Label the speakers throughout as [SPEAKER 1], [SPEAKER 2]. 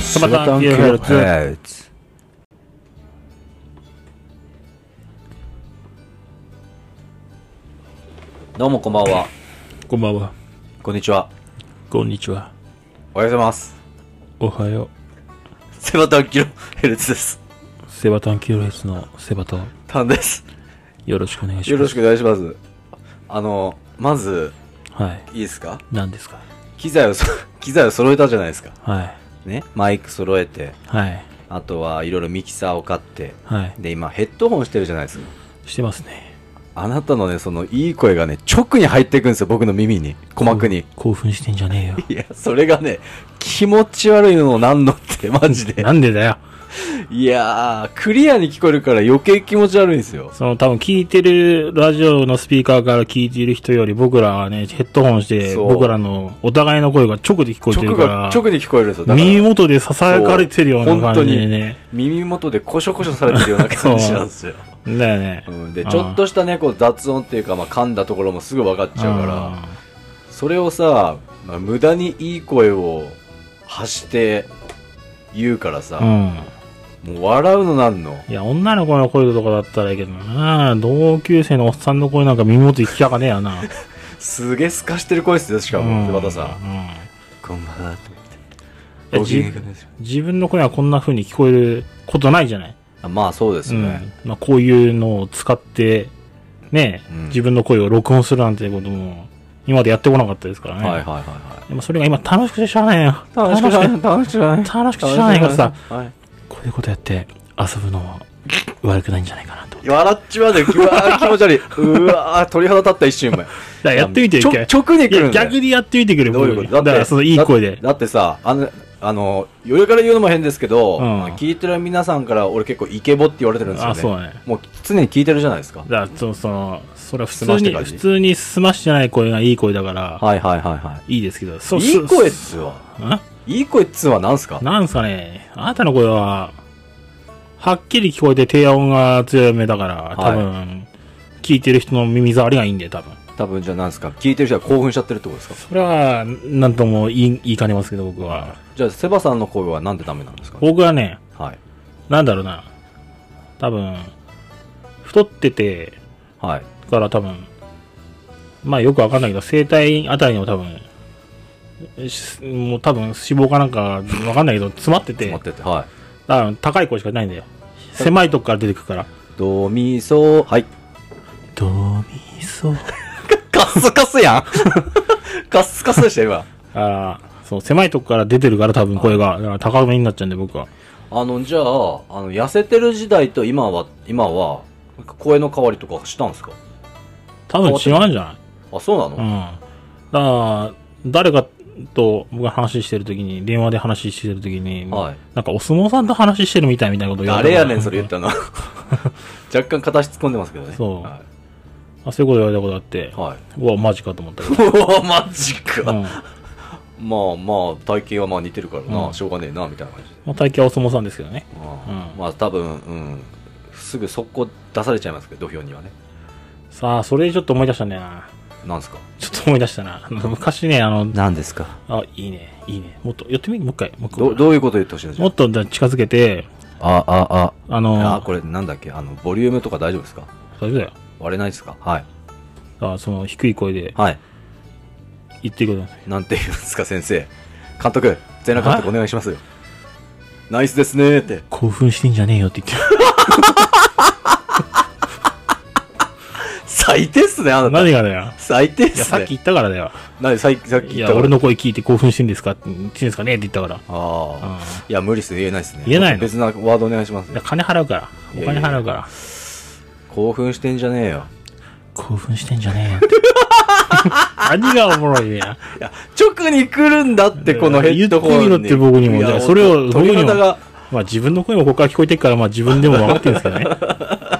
[SPEAKER 1] Szybatan kHz.
[SPEAKER 2] Hz どうもこんばんは。
[SPEAKER 1] こんばんは。
[SPEAKER 2] こんにちは。
[SPEAKER 1] こんにちは。
[SPEAKER 2] おはようございます。
[SPEAKER 1] おはよ
[SPEAKER 2] セバタンキロヘルツです。
[SPEAKER 1] う。セバタンキロヘスのセバと、
[SPEAKER 2] タンです。
[SPEAKER 1] よろしくお願いします。
[SPEAKER 2] よろしくお願いします。あの、まず、
[SPEAKER 1] はい。
[SPEAKER 2] いいですか
[SPEAKER 1] 何ですか
[SPEAKER 2] 機材をそ、機材を揃えたじゃないですか。
[SPEAKER 1] はい。
[SPEAKER 2] ね。マイク揃えて、
[SPEAKER 1] はい。
[SPEAKER 2] あとはいろいろミキサーを買って、
[SPEAKER 1] はい。
[SPEAKER 2] で、今ヘッドホンしてるじゃないですか。
[SPEAKER 1] してますね。
[SPEAKER 2] あなたのね、そのいい声がね、直に入ってくんですよ、僕の耳に。鼓膜に。
[SPEAKER 1] 興奮してんじゃね
[SPEAKER 2] いや、それがね、気持ち悪いのなんのって、マジ
[SPEAKER 1] えよ。
[SPEAKER 2] で。
[SPEAKER 1] なんでだよ。
[SPEAKER 2] いやー、クリアに聞こえるから余計気持ち悪いんですよ。
[SPEAKER 1] その多分聞いてるラジオのスピーカーから聞いている人より僕らはね、ヘッドホンして、
[SPEAKER 2] そう
[SPEAKER 1] 僕らのお互いの声が直で聞こえて
[SPEAKER 2] 直
[SPEAKER 1] るか
[SPEAKER 2] が、
[SPEAKER 1] ら、
[SPEAKER 2] 直に聞こえるんですよ。だから
[SPEAKER 1] 耳元で囁かれてるような感じでね。
[SPEAKER 2] 耳元でコショコショされてるような感じなん ですよ。
[SPEAKER 1] だよね。
[SPEAKER 2] うん、で、ちょっとしたね、こう雑音っていうか、まあ、噛んだところもすぐ分かっちゃうから、それをさ、まあ、無駄にいい声を発して言うからさ、
[SPEAKER 1] らうん。
[SPEAKER 2] もう笑うのなんの。
[SPEAKER 1] いや、女の子の声とかだったらいいけどな同級生のおっさんの声なんか耳元行きやがねえよな。
[SPEAKER 2] すげえ透かしてる声ですよ、しかも、
[SPEAKER 1] う
[SPEAKER 2] 瀬
[SPEAKER 1] ん
[SPEAKER 2] 端さん。
[SPEAKER 1] うん
[SPEAKER 2] こんばんは、と思って。
[SPEAKER 1] いや
[SPEAKER 2] ご機嫌いか
[SPEAKER 1] じ
[SPEAKER 2] がですか
[SPEAKER 1] 自分の声はこんな風に聞こえることないじゃない。
[SPEAKER 2] あまあ、そうです
[SPEAKER 1] う
[SPEAKER 2] ね。
[SPEAKER 1] ん。まあ、こういうのを使って、ね、
[SPEAKER 2] うん
[SPEAKER 1] 自分の声を録音するなんてことも、今までやってこなかったですからね。
[SPEAKER 2] はいはいはいは
[SPEAKER 1] でもそれが今楽しくてしゃあないよ。
[SPEAKER 2] い。楽しくない楽しくない
[SPEAKER 1] 楽しく楽しくてしゃあないからさ、
[SPEAKER 2] はい。
[SPEAKER 1] こういうことやって遊ぶのは悪くないんじゃないかなと。
[SPEAKER 2] 笑っちまうで、うわー気持ち悪い。うわー鳥肌立った一瞬前。
[SPEAKER 1] だから やってみて
[SPEAKER 2] ちょ
[SPEAKER 1] 一回
[SPEAKER 2] 直に来
[SPEAKER 1] い
[SPEAKER 2] る
[SPEAKER 1] や、
[SPEAKER 2] んだよ。
[SPEAKER 1] 逆にやってみてくれ、
[SPEAKER 2] どういうこと
[SPEAKER 1] だからそのいい声で
[SPEAKER 2] だ。だってさ、あの、あの、夜から言うのも変ですけど、
[SPEAKER 1] うん
[SPEAKER 2] 聞いてる皆さんから俺結構イケボって言われてるんですよね。
[SPEAKER 1] あそうだね
[SPEAKER 2] もう常に聞いてるじゃないですか。
[SPEAKER 1] だからそその、それは普通
[SPEAKER 2] 澄まして
[SPEAKER 1] に、
[SPEAKER 2] 感じ
[SPEAKER 1] 普通に済ましてない声がいい声だから、、
[SPEAKER 2] はいはいはいはい
[SPEAKER 1] いですけど、そ
[SPEAKER 2] い。いい声っ
[SPEAKER 1] す
[SPEAKER 2] つうわ。
[SPEAKER 1] ん
[SPEAKER 2] いい声っつうわなんすか
[SPEAKER 1] なんすかね、あなたの声は、はっきり聞こえて低音が強めだから、多分、聞いてる人の耳障りがいいんで、多分。
[SPEAKER 2] 多分じゃあなんすか聞いてる人は興奮しちゃってるってことですか
[SPEAKER 1] それは、なんとも言い言いかねますけど、僕は。
[SPEAKER 2] じゃあセバさんの声はなんでダメなんですか
[SPEAKER 1] 僕はね、
[SPEAKER 2] はい。
[SPEAKER 1] なんだろうな、多分、太ってて、
[SPEAKER 2] はい。
[SPEAKER 1] から多分、まあよくわかんないけど、生体あたりの多分、しもう多分脂肪かなんかわかんないけど、詰まってて、
[SPEAKER 2] 待
[SPEAKER 1] だ
[SPEAKER 2] ってて。はい。
[SPEAKER 1] から高い声しかないんだよ。狭いとこから出てくから。
[SPEAKER 2] ドミソはい。
[SPEAKER 1] ドミソ。
[SPEAKER 2] カッスカスやん カッスカスでした今。
[SPEAKER 1] ああ、そう、狭いとこから出てるから多分声が、だから高めになっちゃうんで僕は。
[SPEAKER 2] あの、じゃあ、あの、痩せてる時代と今は、今は、なんか声の変わりとかしたんですか
[SPEAKER 1] 多分違うんじゃない
[SPEAKER 2] あ、そうなの、
[SPEAKER 1] うん。だから、誰かと僕が話してるときに、電話で話してるときに、
[SPEAKER 2] はい
[SPEAKER 1] なんかお相撲さんと話してるみたいみたいなこと言われ
[SPEAKER 2] 誰
[SPEAKER 1] たから
[SPEAKER 2] やねん、それ言 ったの。若干形突っ込んでますけどね。
[SPEAKER 1] そう
[SPEAKER 2] は
[SPEAKER 1] あそういうこと言われたことあって
[SPEAKER 2] い。、はい、
[SPEAKER 1] うわ、マジかと思ったけど。
[SPEAKER 2] うわ、マジか。
[SPEAKER 1] うん
[SPEAKER 2] まあまあ、体型はまあ似てるからな、
[SPEAKER 1] うん
[SPEAKER 2] しょうがねえな、みたいな感じで。
[SPEAKER 1] まあ、体型はお相撲さんですけどね。
[SPEAKER 2] まあ
[SPEAKER 1] うん
[SPEAKER 2] まあ、多分、うん。すぐ速攻出されちゃいますけど、土俵にはね。
[SPEAKER 1] さあ、それでちょっと思い出したんだよな。
[SPEAKER 2] なんですか
[SPEAKER 1] ちょっと思い出したな。あの昔ね、あの、
[SPEAKER 2] なんですか
[SPEAKER 1] あ、いいね、いいね。もっと、やってみもう一回、もう一
[SPEAKER 2] ど
[SPEAKER 1] 回。
[SPEAKER 2] どういうこと言ってほしいんです
[SPEAKER 1] も
[SPEAKER 2] か
[SPEAKER 1] っとだ近づけて、
[SPEAKER 2] あ、あ、
[SPEAKER 1] あ
[SPEAKER 2] あ、あ、
[SPEAKER 1] の、
[SPEAKER 2] これなんだっけあの、ボリュームとか大丈夫ですか
[SPEAKER 1] 大丈夫だよ。
[SPEAKER 2] 割れないですかはい。
[SPEAKER 1] あその低い声で
[SPEAKER 2] はい。
[SPEAKER 1] 言ってください。
[SPEAKER 2] なんて言うんですか、先生。監督、全裸監督お
[SPEAKER 1] は
[SPEAKER 2] 願いしますよ。ナイスですねーって。
[SPEAKER 1] 興奮してんじゃねえよって 言って
[SPEAKER 2] 最低っすね、あ
[SPEAKER 1] る。
[SPEAKER 2] なた。
[SPEAKER 1] 何がだよ。
[SPEAKER 2] 最低っ
[SPEAKER 1] いや、
[SPEAKER 2] す
[SPEAKER 1] さっ
[SPEAKER 2] ね
[SPEAKER 1] き。言ったからだよ。
[SPEAKER 2] 何さっき、さっき
[SPEAKER 1] い
[SPEAKER 2] 言っ
[SPEAKER 1] や、
[SPEAKER 2] た
[SPEAKER 1] 俺。の声聞いて興奮してんですかって言ってんですかねって言ったから。
[SPEAKER 2] ああ。
[SPEAKER 1] うん
[SPEAKER 2] いや、無理っすね。言えないっすね。
[SPEAKER 1] 言えないの
[SPEAKER 2] 別なワードお願いします
[SPEAKER 1] い
[SPEAKER 2] よ
[SPEAKER 1] や、。金払うから。お金払うから。
[SPEAKER 2] 興奮してんじゃねえよ。
[SPEAKER 1] 興奮してんじゃねえよって。 何がおもろいねや。
[SPEAKER 2] いや、直に来るんだって、このヘッドホンに。
[SPEAKER 1] 言ってみろって僕にも
[SPEAKER 2] いや
[SPEAKER 1] じゃあそれを
[SPEAKER 2] 鳥
[SPEAKER 1] 僕にも
[SPEAKER 2] 肌が、
[SPEAKER 1] まあ自分の声もここから聞こえてるから、まあ自分でも分かってるんですけどね。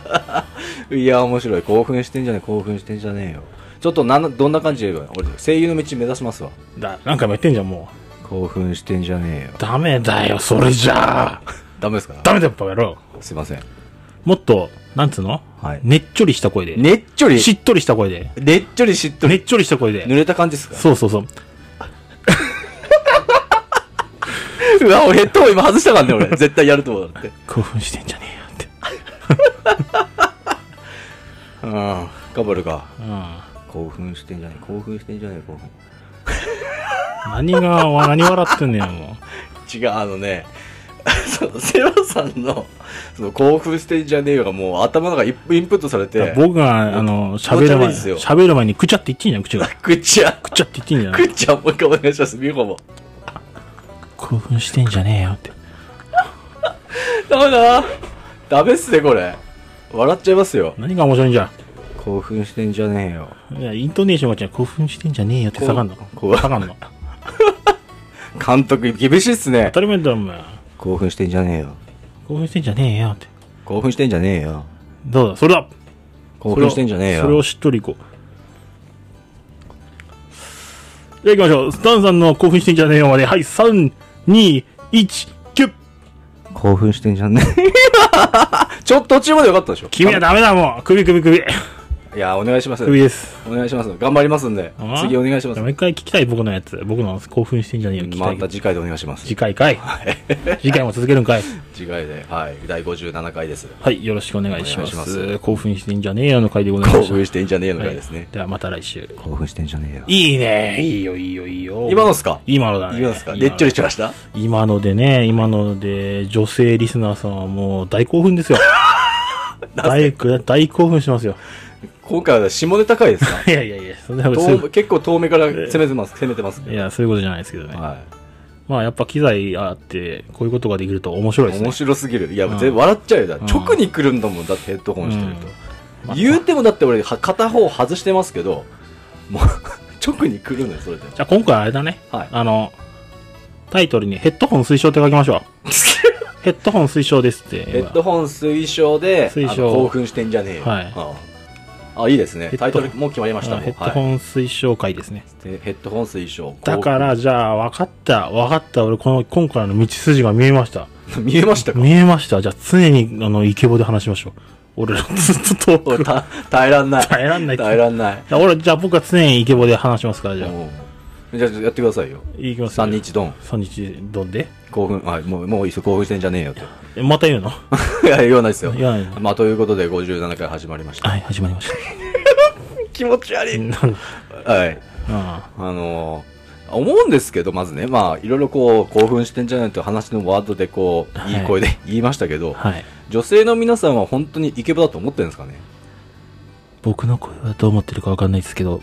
[SPEAKER 2] いや、面白い。興奮してんじゃねえ、興奮してんじゃねえよ。ちょっとなん、どんな感じで言えばいいの俺、声優の道目指しますわ。
[SPEAKER 1] だ、何回も言ってんじゃん、も
[SPEAKER 2] 興奮してんじゃねえよ
[SPEAKER 1] う。。ダメだよ、それじゃあ。
[SPEAKER 2] ダメですか
[SPEAKER 1] ダメだよ、バカ野郎。
[SPEAKER 2] すいません。
[SPEAKER 1] もっと、なんつうの
[SPEAKER 2] はい
[SPEAKER 1] ねっちょりした声で。
[SPEAKER 2] ねっちょり、
[SPEAKER 1] しっとりした声で。
[SPEAKER 2] ねっちょりしっとり、
[SPEAKER 1] ねっちょりした声で。
[SPEAKER 2] 濡れた感じですか
[SPEAKER 1] そうそうそう。
[SPEAKER 2] うわ、俺ヘッドホン今外したからね、俺。絶対やると思うだって。
[SPEAKER 1] 興奮してんじゃねえよって。
[SPEAKER 2] うん。頑張るか。
[SPEAKER 1] うん。
[SPEAKER 3] 興奮してんじゃねえ興奮してんじゃねえ興奮
[SPEAKER 1] 何が、わ何笑ってんねや、も
[SPEAKER 2] 違う、あのね、そのセバさんの、その興奮してんじゃねえよが、もう頭の中インインプットされ
[SPEAKER 1] う。
[SPEAKER 2] て、
[SPEAKER 1] 僕が、あの、喋る前
[SPEAKER 2] もうちょ
[SPEAKER 1] に、
[SPEAKER 2] いですよ
[SPEAKER 1] 喋る前にくちゃって言ってんじゃん、口が。く
[SPEAKER 2] くっちゃ、
[SPEAKER 1] ちゃって言ってんじゃ
[SPEAKER 2] く
[SPEAKER 1] ん。
[SPEAKER 2] っちゃ、もう一回お願いします、美穂も。
[SPEAKER 1] 興奮してんじゃねえよって。
[SPEAKER 2] ダメだ。ダメっすね、これ。笑っちゃいますよ。
[SPEAKER 1] 何が面白いんじゃ
[SPEAKER 3] 興奮してんじゃねえよ
[SPEAKER 1] いや、イントネーションが違う。興奮してんじゃねえよって下がんの。
[SPEAKER 2] こう
[SPEAKER 1] 下がんの。
[SPEAKER 2] 監督、厳しいっすね
[SPEAKER 1] 当。たり前だ、お前。
[SPEAKER 3] 興奮してんじゃねえよ
[SPEAKER 1] 興奮してんじゃねえよって。
[SPEAKER 3] 興奮してんじゃねえよ
[SPEAKER 1] どうだ、それだ
[SPEAKER 3] 興奮してんじゃねえ
[SPEAKER 1] それを
[SPEAKER 3] よ
[SPEAKER 1] しっとりいこう。じゃあ行きましょう。スタンさんの興奮してんじゃねえよまで。はい、3、2、1、キュッ
[SPEAKER 3] 興奮してんじゃねえ
[SPEAKER 2] ちょっと途中までよかったでしょ。
[SPEAKER 1] 君はダメだもう首首首。
[SPEAKER 2] いや、お願いします。
[SPEAKER 1] 首です。
[SPEAKER 2] お願いします。頑張りますんで
[SPEAKER 1] うん。
[SPEAKER 2] 次お願いします
[SPEAKER 1] も。う一回聞きたい僕のやつ。僕の興奮してんじゃねえよ。聞きた
[SPEAKER 2] ま
[SPEAKER 1] い。
[SPEAKER 2] た次回でお願いします
[SPEAKER 1] 次。回かい。次回も続けるん かい。
[SPEAKER 2] 次回で、はい。第57回です。
[SPEAKER 1] はい、よろしくお願いしま
[SPEAKER 2] お願い
[SPEAKER 1] す。
[SPEAKER 2] します
[SPEAKER 1] 興奮してんじゃねえよの回でございま
[SPEAKER 2] 興
[SPEAKER 1] した。
[SPEAKER 2] 奮してんじゃねえの
[SPEAKER 1] は
[SPEAKER 2] 回
[SPEAKER 1] い
[SPEAKER 2] ですね。
[SPEAKER 1] ではまた来週。
[SPEAKER 3] 興奮してんじゃねえよ
[SPEAKER 1] いいね。いいよ、いいよ、いいよ。
[SPEAKER 2] 今のっすか
[SPEAKER 1] 今のだね。
[SPEAKER 2] 今ですかでっちょり
[SPEAKER 1] し
[SPEAKER 2] しました
[SPEAKER 1] 今のでね、今ので、女性リスナーさんはもう大興 奮ですよ。大、大興奮しますよ。
[SPEAKER 2] 今回は下ネタ回ですか
[SPEAKER 1] いやいやいや、そんなことす
[SPEAKER 2] 遠
[SPEAKER 1] る。
[SPEAKER 2] 結構遠目から攻めてます、攻めてますけ
[SPEAKER 1] い
[SPEAKER 2] ど。
[SPEAKER 1] や、そういうことじゃないですけどね。
[SPEAKER 2] は
[SPEAKER 1] まあ、やっぱ機材あって、こういうことができると面白い
[SPEAKER 2] い。
[SPEAKER 1] ですね。
[SPEAKER 2] 面白すぎる。いや、
[SPEAKER 1] ん
[SPEAKER 2] 全然笑っちゃうよ。だって
[SPEAKER 1] うん
[SPEAKER 2] 直に来るんだもん、だってヘッドホンしてる
[SPEAKER 1] う
[SPEAKER 2] と。
[SPEAKER 1] ん
[SPEAKER 2] 言うてもだって俺、は片方外してますけど、もう、 直に来るのよ、それで。
[SPEAKER 1] じゃあ今回あれだね。
[SPEAKER 2] はい
[SPEAKER 1] あの、タイトルにヘッドホン推奨って書きましょう。ヘッドホン推奨ですって。
[SPEAKER 2] ヘッドホン推奨で、
[SPEAKER 1] 推奨
[SPEAKER 2] あの興奮してんじゃねえよ。
[SPEAKER 1] はい
[SPEAKER 2] うんあ、いいですね
[SPEAKER 1] ヘッ。ド
[SPEAKER 2] タイトルもう決まりました
[SPEAKER 1] あ
[SPEAKER 2] もん。
[SPEAKER 1] ヘッドホ
[SPEAKER 2] はい
[SPEAKER 1] ン推奨会ですね。
[SPEAKER 2] でヘッドホン推奨。
[SPEAKER 1] だから、じゃあ、分かった。分かった。俺、この、今回の道筋が見えました。
[SPEAKER 2] 興 奮。見えましたか
[SPEAKER 1] 見えました。じゃあ、常に、あの、イケボで話しましょう。俺ら、ずっとトーク。
[SPEAKER 2] た耐えらんない。
[SPEAKER 1] 耐えらんない
[SPEAKER 2] 耐えらんない。
[SPEAKER 1] 俺、じゃあ、僕は常にイケボで話しますから、じゃあ。
[SPEAKER 2] うんじゃあやってくださいよ。
[SPEAKER 1] いきますよ
[SPEAKER 2] 3、日ドン。
[SPEAKER 1] 3日、どんで
[SPEAKER 2] 興奮、はい、もう、もういいですよ興奮してんじゃねえよと。
[SPEAKER 1] えまた言うの
[SPEAKER 2] いや、言わないですよ。
[SPEAKER 1] 言わないの
[SPEAKER 2] まあ、ということで、57回始まりました。
[SPEAKER 1] はい、始まりまし
[SPEAKER 2] 気持ち悪
[SPEAKER 1] た。
[SPEAKER 2] い。
[SPEAKER 1] なん
[SPEAKER 2] はい。
[SPEAKER 1] あ
[SPEAKER 2] あのー思うんですけど、まずね、まあ、いろいろこう、興奮してんじゃないという話のワードでこう、
[SPEAKER 1] はい
[SPEAKER 2] いい声で 言いましたけど、
[SPEAKER 1] あはい。
[SPEAKER 2] 女性の皆さんは本当にイケボだと思ってるんですかね
[SPEAKER 1] 僕の声はどう思ってるかわかんないですけど、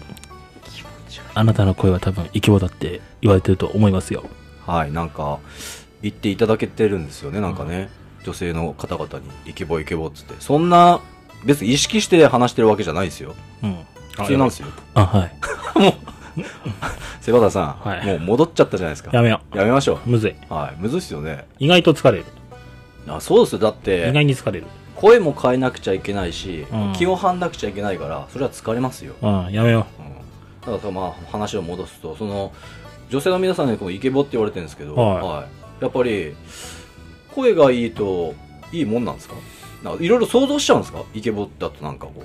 [SPEAKER 1] あなたの声は多分イケボだって言われてると思いますよ。
[SPEAKER 2] はい、なんか、言っていただけてるんですよね、なんかね。女性の方々に、イケボイケボっつって。そんな、別に意識して話してるわけじゃないですよ。
[SPEAKER 1] うん。
[SPEAKER 2] 普通なんですよ。
[SPEAKER 1] あ、はい。
[SPEAKER 2] セバタさん、
[SPEAKER 1] はい
[SPEAKER 2] もう戻っちゃったじゃないですか。
[SPEAKER 1] やめよ
[SPEAKER 2] やめましょ
[SPEAKER 1] う。むずい。
[SPEAKER 2] う。はい、むずいっすよね。
[SPEAKER 1] 意外と疲れる。
[SPEAKER 2] あそうですよ。だっ
[SPEAKER 1] 意
[SPEAKER 2] て、
[SPEAKER 1] 外に疲れる。
[SPEAKER 2] 声も変えなくちゃいけないし、
[SPEAKER 1] うん
[SPEAKER 2] 気を張んなくちゃいけないから、それは疲れますよ。
[SPEAKER 1] うん、やめよ
[SPEAKER 2] うん、ただからまあ、話を戻すと、その、女性の皆さんにこうイケボって言われてるんですけど、
[SPEAKER 1] はい
[SPEAKER 2] いやっぱり、声がいいと、いいもんなんですかなんかいろいろ想像しちゃうんですかイケボだとなんかこう。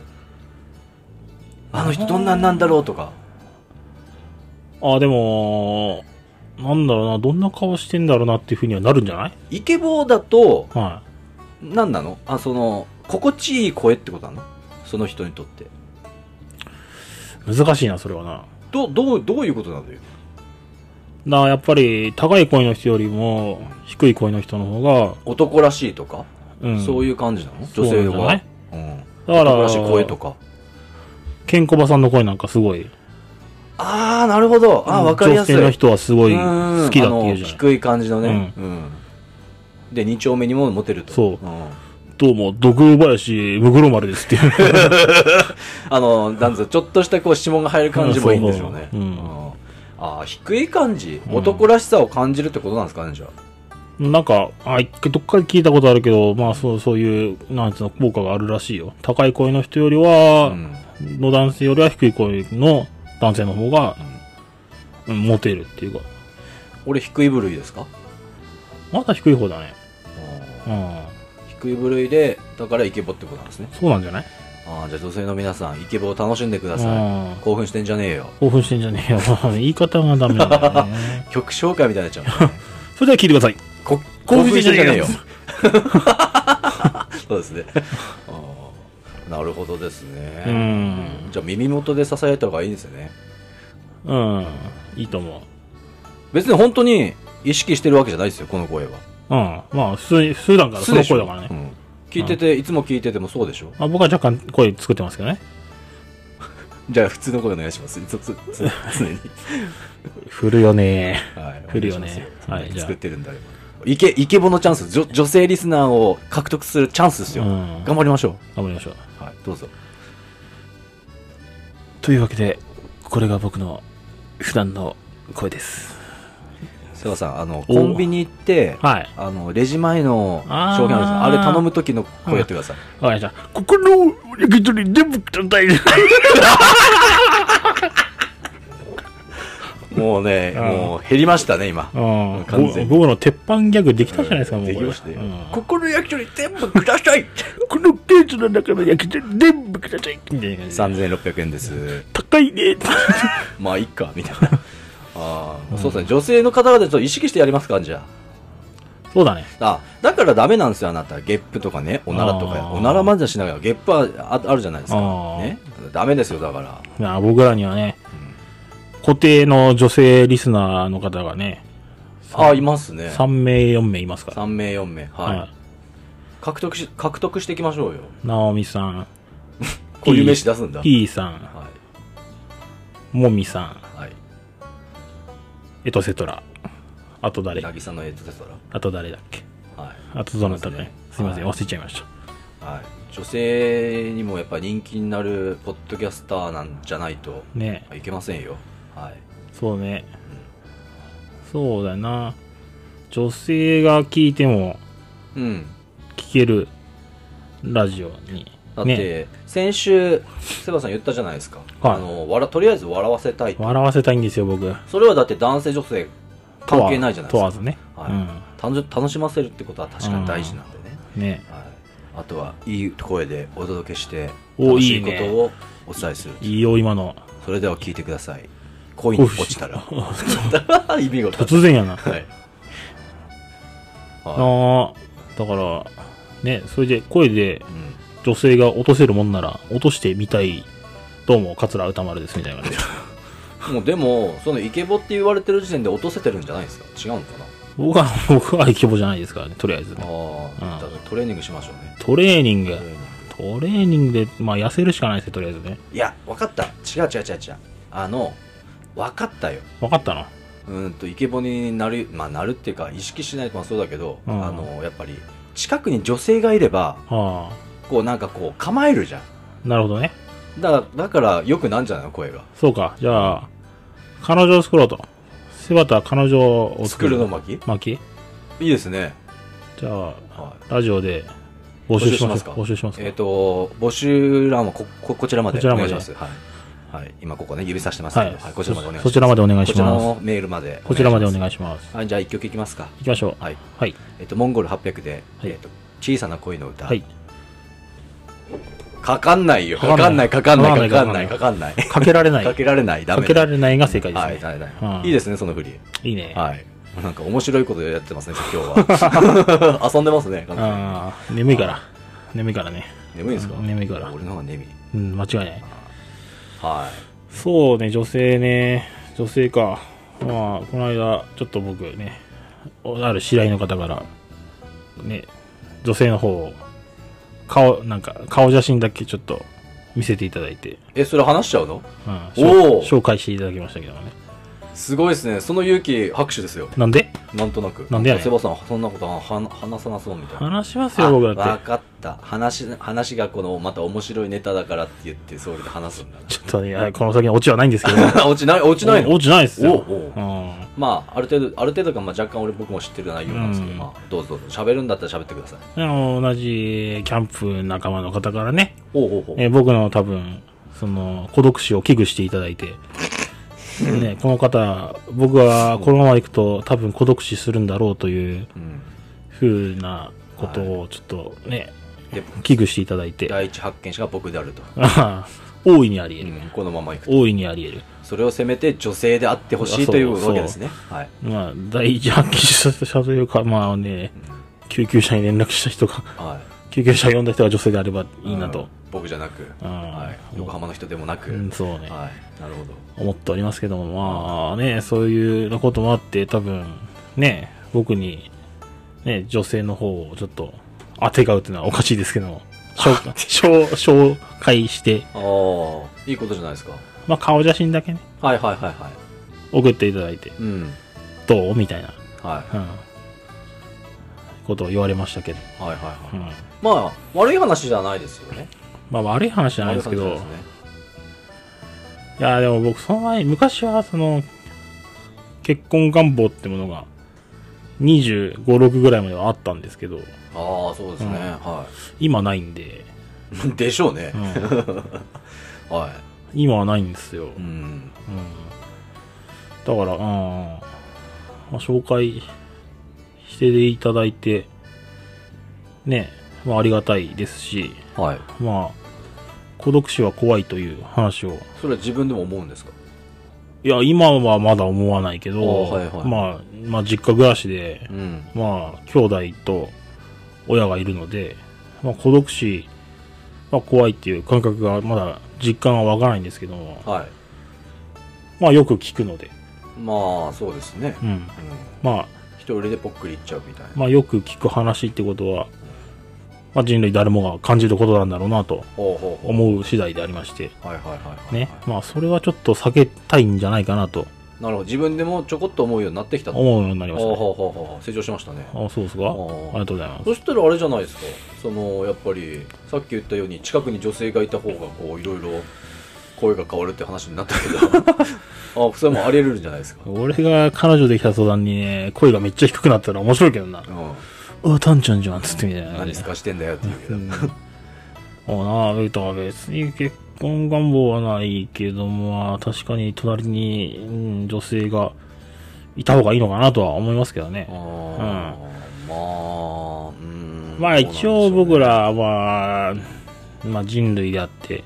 [SPEAKER 2] あの人どんなんなんだろうとか。
[SPEAKER 1] う。あ、でも、なんだろうな、どんな顔してんだろうなっていうふうにはなるんじゃない
[SPEAKER 2] イケボだと、
[SPEAKER 1] は
[SPEAKER 2] 何なのあ、その、心地いい声ってことなのその人にとって。
[SPEAKER 1] い。難しいな、それはな。だか
[SPEAKER 2] ど、どう、どういうことなのよ。
[SPEAKER 1] らやっぱり、高い声の人よりも、低い声の人の方が、
[SPEAKER 2] 男らしいとか、
[SPEAKER 1] うん。。
[SPEAKER 2] そういうう感じなの
[SPEAKER 1] そう
[SPEAKER 2] 女
[SPEAKER 1] なん
[SPEAKER 2] 性
[SPEAKER 1] じゃ
[SPEAKER 2] と
[SPEAKER 1] な
[SPEAKER 2] か
[SPEAKER 1] い。
[SPEAKER 2] うん。
[SPEAKER 1] だから
[SPEAKER 2] 男らしい声とか。
[SPEAKER 1] ケンコバさんの声なんかすごい。
[SPEAKER 2] あー、なるほど。あー、わかりやすい。
[SPEAKER 1] 女性の人はすごい
[SPEAKER 2] うん
[SPEAKER 1] 好きだって言うじゃ
[SPEAKER 2] あ
[SPEAKER 1] な
[SPEAKER 2] の
[SPEAKER 1] い。
[SPEAKER 2] 低い感じのね。うん。で、二丁目にもモテると。
[SPEAKER 1] そうんどうも、毒林、ムグロ丸ですっていう。
[SPEAKER 2] あの、なんぞ、ちょっとしたこう、指紋が入る感じもいいんでしょうね。
[SPEAKER 1] うんそうそう
[SPEAKER 2] う
[SPEAKER 1] う
[SPEAKER 2] んあー低い感じ
[SPEAKER 1] うん
[SPEAKER 2] 男らしさを感じるってことなんですかね、じゃあ。
[SPEAKER 1] なんか、あ、一回どっかで聞いたことあるけど、まあそう、そういう、なんつうの、効果があるらしいよ。高い声の人より
[SPEAKER 2] う
[SPEAKER 1] は、
[SPEAKER 2] ん
[SPEAKER 1] の男性よりは低い声の男性の方が、うん、モテるっていうか。
[SPEAKER 2] 俺、低い部類ですか
[SPEAKER 1] まだ低い方だね。
[SPEAKER 2] うん
[SPEAKER 1] うん。
[SPEAKER 2] 低い部類で、だからイケボってことなんですね。
[SPEAKER 1] そうなんじゃない
[SPEAKER 2] ああ、じゃあ女性の皆さん、イケボを楽しんでください。
[SPEAKER 1] うん。
[SPEAKER 2] 興奮してんじゃねえよ。
[SPEAKER 1] 興 奮してんじゃねえよ。言い方がダメなんだよね。
[SPEAKER 2] 曲紹介みたいになっちゃうんだね。
[SPEAKER 1] それでは聞いてください。
[SPEAKER 2] こ
[SPEAKER 1] 興奮してんじゃねえよ
[SPEAKER 2] そうですね。あーなるほどですね。
[SPEAKER 1] うん
[SPEAKER 2] じゃあ耳元で囁いた方がいいんですね。
[SPEAKER 1] うん。いいと思う。
[SPEAKER 2] 別に本当に意識してるわけじゃないですよ、この声は。
[SPEAKER 1] うん。まあ、普通に、普段からその声だからね
[SPEAKER 2] う。ん聞いてて、いつも聞いててもそうでしょ
[SPEAKER 1] まあ、僕は若干声作ってますけどね。
[SPEAKER 2] じゃあ普通の声お願いします。いつつつ常に。
[SPEAKER 1] 振るよね
[SPEAKER 2] はい。
[SPEAKER 1] 振るよ
[SPEAKER 2] お
[SPEAKER 1] ね
[SPEAKER 2] 願いします
[SPEAKER 1] はいじゃあ
[SPEAKER 2] 作ってるんだよ。イケ、イケボのチャンス。じょ女性リスナーを獲得するチャンスです
[SPEAKER 1] う
[SPEAKER 2] よ。
[SPEAKER 1] ん。
[SPEAKER 2] 頑張りましょ
[SPEAKER 1] 頑張りましょう。
[SPEAKER 2] う。はい、どうぞ。
[SPEAKER 1] というわけで、これが僕の普段の声です。
[SPEAKER 2] 瀬川さん、あの、
[SPEAKER 1] お
[SPEAKER 2] コンビニ行って、
[SPEAKER 1] はい。
[SPEAKER 2] あの、レジ前の
[SPEAKER 1] あー
[SPEAKER 2] 商品あるんですよあれ頼む時の声やってください。
[SPEAKER 1] わかりました。ここの焼き鳥全部ください。
[SPEAKER 2] もうね、
[SPEAKER 1] うん
[SPEAKER 2] もう減りましたね、今。
[SPEAKER 1] うん。
[SPEAKER 2] 完全に
[SPEAKER 1] 僕僕の鉄板ギャグできたじゃないですか、もうこ
[SPEAKER 2] で
[SPEAKER 1] れ。
[SPEAKER 2] きましたよ
[SPEAKER 1] うん。
[SPEAKER 2] ここの焼き鳥全部ください
[SPEAKER 1] このケースの中の焼き鳥全部ください。みたいな感じで。
[SPEAKER 2] !3600 円です。
[SPEAKER 1] 高いね。
[SPEAKER 2] まあ、いっか、みたいな。ああ、そうですね。女性の方々ちょっと意識してやりますか、じゃ
[SPEAKER 1] そうだね。
[SPEAKER 2] あ。あ、だからダメなんですよ、あなた。ゲップとかね、おならと
[SPEAKER 1] あ
[SPEAKER 2] か、
[SPEAKER 1] ー
[SPEAKER 2] おならまではしながら、ゲップはああるじゃないですか。
[SPEAKER 1] あー
[SPEAKER 2] ね。ダメですよ、だから。
[SPEAKER 1] いや僕らにはね、固定の女性リスナーの方がね、
[SPEAKER 2] ああ、いますね。
[SPEAKER 1] 3名、4名いますから。
[SPEAKER 2] 3名、4名。
[SPEAKER 1] は
[SPEAKER 2] はいい。獲得し、獲得していきましょうよ。
[SPEAKER 1] なおみさん、
[SPEAKER 2] こういう飯出すんだ。はい。
[SPEAKER 1] P さん、もみさん、
[SPEAKER 2] はい。
[SPEAKER 1] エトセトラ。あと誰
[SPEAKER 2] なぎさのエイトテト
[SPEAKER 1] あと誰だっけ
[SPEAKER 2] ラ。はい。
[SPEAKER 1] あとどなたかね。す
[SPEAKER 2] そ
[SPEAKER 1] いうま
[SPEAKER 2] ですね
[SPEAKER 1] せん、忘れちゃいました。
[SPEAKER 2] はい、女性にもやっぱ人気になるポッドキャスターなんじゃないと
[SPEAKER 1] ね
[SPEAKER 2] いけませんよ。はい。
[SPEAKER 1] そうね。そうだな。女性が聞いても
[SPEAKER 2] うん。
[SPEAKER 1] 聞けるラジオに。
[SPEAKER 2] だって、
[SPEAKER 1] ね。
[SPEAKER 2] 先週、セバさん言ったじゃないですか。
[SPEAKER 1] はい
[SPEAKER 2] あの、わら、とりあえず笑わせたいと。
[SPEAKER 1] 笑わせたいんですよ、僕。
[SPEAKER 2] それはだって男性女性関係ないじゃないで
[SPEAKER 1] 問
[SPEAKER 2] すか。
[SPEAKER 1] わずね。
[SPEAKER 2] はい楽し楽しませるってことは確かに大事なんでね。
[SPEAKER 1] うん。ね。
[SPEAKER 2] はい。あとは、いい声でお届けして、
[SPEAKER 1] お
[SPEAKER 2] 楽しい
[SPEAKER 1] いい
[SPEAKER 2] こ
[SPEAKER 1] ね
[SPEAKER 2] とをお伝えする。
[SPEAKER 1] いいよ、今の。
[SPEAKER 2] それでは聞いてください。恋に落ちた ら。意味がわかん
[SPEAKER 1] 突然 やな。
[SPEAKER 2] ない。はい。はい。
[SPEAKER 1] ああ、だから、ね、それで声で
[SPEAKER 2] うん
[SPEAKER 1] 女性が落とせるもんなら落としてみたい。どうも、桂歌丸ですみたいな 感じで。
[SPEAKER 2] もうでも、そのイケボって言われてる時点で落とせてるんじゃないですか違うのかな
[SPEAKER 1] 僕は、僕はイケボじゃないですからね、とりあえずね。
[SPEAKER 2] あ
[SPEAKER 1] うん
[SPEAKER 2] あ、だからトレーニングしましょうね。
[SPEAKER 1] トレーニング
[SPEAKER 2] トレーニン。
[SPEAKER 1] トレーニングで、まあ痩せるしかないですよ、とりあえずね。
[SPEAKER 2] いや、分かった。違う違う違う違う。あの、分かったよ。
[SPEAKER 1] わかったな。
[SPEAKER 2] うーんと、イケボになる、まあなるっていうか、意識しないとまあそうだけど、
[SPEAKER 1] うん
[SPEAKER 2] あの、やっぱり、近くに女性がいれば、
[SPEAKER 1] は
[SPEAKER 2] こうなんかこう構えるじゃん。
[SPEAKER 1] あ。なるほどね。
[SPEAKER 2] だから、だからよくなんじゃないの声が。
[SPEAKER 1] そうか。じゃあ、彼女を作ろうと。柴田は彼女を
[SPEAKER 2] 作るの巻
[SPEAKER 1] 巻き
[SPEAKER 2] いいですね。
[SPEAKER 1] じゃあ、
[SPEAKER 2] は
[SPEAKER 1] ラジオで募集しますか募
[SPEAKER 2] 募
[SPEAKER 1] 集しますか
[SPEAKER 2] い。えっ、と、募集欄はこ、こ、こちらまで
[SPEAKER 1] こちら
[SPEAKER 2] お
[SPEAKER 1] ま
[SPEAKER 2] 願い
[SPEAKER 1] で
[SPEAKER 2] します。はい。はい。今ここね、指さしてますけ
[SPEAKER 1] は
[SPEAKER 2] ど、
[SPEAKER 1] い
[SPEAKER 2] はい、こちらまでお願いします。
[SPEAKER 1] そそちらまでお願いし
[SPEAKER 2] こちら
[SPEAKER 1] ます。
[SPEAKER 2] のメールまで
[SPEAKER 1] こちらまでお願
[SPEAKER 2] い
[SPEAKER 1] いします。
[SPEAKER 2] はいじゃあ一曲いきますか
[SPEAKER 1] 行きましょう。
[SPEAKER 2] はい
[SPEAKER 1] はい。
[SPEAKER 2] えっとモンゴル800で、
[SPEAKER 1] は
[SPEAKER 2] え
[SPEAKER 1] い
[SPEAKER 2] っと小さな恋の歌、
[SPEAKER 1] はい。
[SPEAKER 2] かかんないよ
[SPEAKER 1] か
[SPEAKER 2] か
[SPEAKER 1] か
[SPEAKER 2] か
[SPEAKER 1] ん
[SPEAKER 2] んな
[SPEAKER 1] な
[SPEAKER 2] いいかかんないかかんない
[SPEAKER 1] か
[SPEAKER 2] かかんない
[SPEAKER 1] かけられない。
[SPEAKER 2] かけられないダ
[SPEAKER 1] か
[SPEAKER 2] メ
[SPEAKER 1] けられないが正解です
[SPEAKER 2] はい
[SPEAKER 1] ね。
[SPEAKER 2] ダメだ
[SPEAKER 1] うん
[SPEAKER 2] いいですねその振り
[SPEAKER 1] いいね。
[SPEAKER 2] はいなんか面白いことやってますね今日は 遊んでますね完全に
[SPEAKER 1] ああ、眠いから。眠いからね。
[SPEAKER 2] 眠いんですか
[SPEAKER 1] 眠いから
[SPEAKER 2] 俺の方が眠い
[SPEAKER 1] うん、間違いない。
[SPEAKER 2] は
[SPEAKER 1] そうね、女性ね。女性か。まあ、この間、ちょっと僕ね、おある知り合いの方から、ね、女性の方を、顔、なんか、顔写真だけちょっと見せていただいて、
[SPEAKER 2] いえそれ話しちゃうの
[SPEAKER 1] うん、
[SPEAKER 2] おー
[SPEAKER 1] 紹介していただきましたけどもね。
[SPEAKER 2] すごいですねその勇気拍手ですよ
[SPEAKER 1] なんで
[SPEAKER 2] なんとなく
[SPEAKER 1] なんでやねん
[SPEAKER 2] セバさんそんなことはは話さなそうみたいな
[SPEAKER 1] 話します
[SPEAKER 2] あ
[SPEAKER 1] よ、僕だっ
[SPEAKER 2] わ
[SPEAKER 1] て。
[SPEAKER 2] かった話話がこのまた面白いネタだからって言ってそれで話すんだ
[SPEAKER 1] ちょっとね、この先にオチはないんですけど。
[SPEAKER 2] な 落ちない落ちないの
[SPEAKER 1] 落ちないっすよ。
[SPEAKER 2] おうおう
[SPEAKER 1] うん
[SPEAKER 2] まあある程度ある程度か、まあ、若干俺僕も知ってる内容なんですけど、
[SPEAKER 1] うん
[SPEAKER 2] まあ、どうぞどうぞ喋るんだったら喋ってください
[SPEAKER 1] あの同じキャンプ仲間の方からね、
[SPEAKER 2] おうおうおう
[SPEAKER 1] えー僕の多分、その、孤独死を危惧していただいて、ね、この方、僕はこのまま行くと多分孤独死するんだろうという
[SPEAKER 2] うん、
[SPEAKER 1] ふうなことをちょっとね、
[SPEAKER 2] で
[SPEAKER 1] 危惧していただいて、
[SPEAKER 2] 第一発見者が僕であると、
[SPEAKER 1] 大いにあり
[SPEAKER 2] う
[SPEAKER 1] 得る。
[SPEAKER 2] んこのままいくと
[SPEAKER 1] 大いにあり得る。
[SPEAKER 2] それをせめて女性であってほしいというわけですね。はい。
[SPEAKER 1] まあ、第一発揮者というか、まあね、救急車に連絡した人が、
[SPEAKER 2] は
[SPEAKER 1] 救急車を呼んだ人が女性であれば
[SPEAKER 2] い。
[SPEAKER 1] いいなと。
[SPEAKER 2] 僕じゃなく、
[SPEAKER 1] うん
[SPEAKER 2] はい、横浜の人でもなく、
[SPEAKER 1] うん、そうね、
[SPEAKER 2] はい。なるほど。
[SPEAKER 1] 思っておりますけども、まあね、そういうこともあって、多分、ね、僕に、ね、女性の方をちょっと、当てがうっていうのはおかしいですけど も、紹紹紹介して、
[SPEAKER 2] ああ、いいことじゃないですか。
[SPEAKER 1] まあ顔写真だけね、
[SPEAKER 2] はいはいはいは
[SPEAKER 1] 送っていただいて、
[SPEAKER 2] い。うん。
[SPEAKER 1] どうみたいな、
[SPEAKER 2] は
[SPEAKER 1] うん、ことを言われましたけど、
[SPEAKER 2] い。はいはいは
[SPEAKER 1] う
[SPEAKER 2] い。
[SPEAKER 1] ん、
[SPEAKER 2] まあ、悪い話じゃないですよね。
[SPEAKER 1] まあ悪い話じゃないですけど、
[SPEAKER 2] 悪い話じゃないですね
[SPEAKER 1] いや、でも僕、その前に、昔は、その、結婚願望ってものが、25、6ぐらいまではあったんですけど、
[SPEAKER 2] ああ、そうですね。
[SPEAKER 1] うん
[SPEAKER 2] は
[SPEAKER 1] 今ないんで、
[SPEAKER 2] い。 でしょうね
[SPEAKER 1] う。ん
[SPEAKER 2] は
[SPEAKER 1] 今はないんですよ。
[SPEAKER 2] い。うん。
[SPEAKER 1] うん、だから、うん、まあ、紹介していただいて、ね、まあ、ありがたいですし、
[SPEAKER 2] はい。
[SPEAKER 1] まあ、孤独死は怖いという話を、
[SPEAKER 2] それは自分でも思うんですか
[SPEAKER 1] いや、今はまだ思わないけど、
[SPEAKER 2] あはいはい
[SPEAKER 1] まあ、まあ、実家暮らしで、
[SPEAKER 2] うん。
[SPEAKER 1] まあ、兄弟と親がいるので、まあ、孤独死は怖いっていう感覚が、まだ実感はわからないんですけども、
[SPEAKER 2] はい。
[SPEAKER 1] まあ、よく聞くので、
[SPEAKER 2] まあ、そうですね。
[SPEAKER 1] うん。
[SPEAKER 2] うん。
[SPEAKER 1] まあ、
[SPEAKER 2] 一人でぽっくりいっちゃうみたいな。
[SPEAKER 1] まあ、よく聞く話ってことは、まあ、人類誰もが感じることなんだろうなと
[SPEAKER 2] ほうほうほ
[SPEAKER 1] 思う次第でありまして、
[SPEAKER 2] う。はいはいはいはい。
[SPEAKER 1] ね。まあ、それはちょっと避けたいんじゃないかなと
[SPEAKER 2] なるほど。自分でもちょこっと思うようになってきたと。
[SPEAKER 1] 思うようになりました
[SPEAKER 2] ほう
[SPEAKER 1] ね。
[SPEAKER 2] ほうほうほう。成長しましたね。
[SPEAKER 1] あ、そうですかあ
[SPEAKER 2] あー
[SPEAKER 1] りがとうございます。
[SPEAKER 2] そしたらあれじゃないですか。その、やっぱり、さっき言ったように、近くに女性がいた方が、こう、いろいろ、声が変わるって話になったけ ど、あ、それもあり得るんじゃないですか。
[SPEAKER 1] 俺が彼女できた途端にね、声がめっちゃ低くなったら面白いけどな。
[SPEAKER 2] うん。
[SPEAKER 1] あ、タンちゃんじゃん、つってみたいな。
[SPEAKER 2] 何すかしてんだよっていうけ
[SPEAKER 1] う
[SPEAKER 2] ど。
[SPEAKER 1] ん。あなあ、えっと、別に結婚願望はないけども、まあ確かに隣に、うん、女性がいた方がいいのかなとは思いますけどね。
[SPEAKER 2] あーまあ、うん。
[SPEAKER 1] まあ一応僕らは、まあ人類であって、
[SPEAKER 2] そ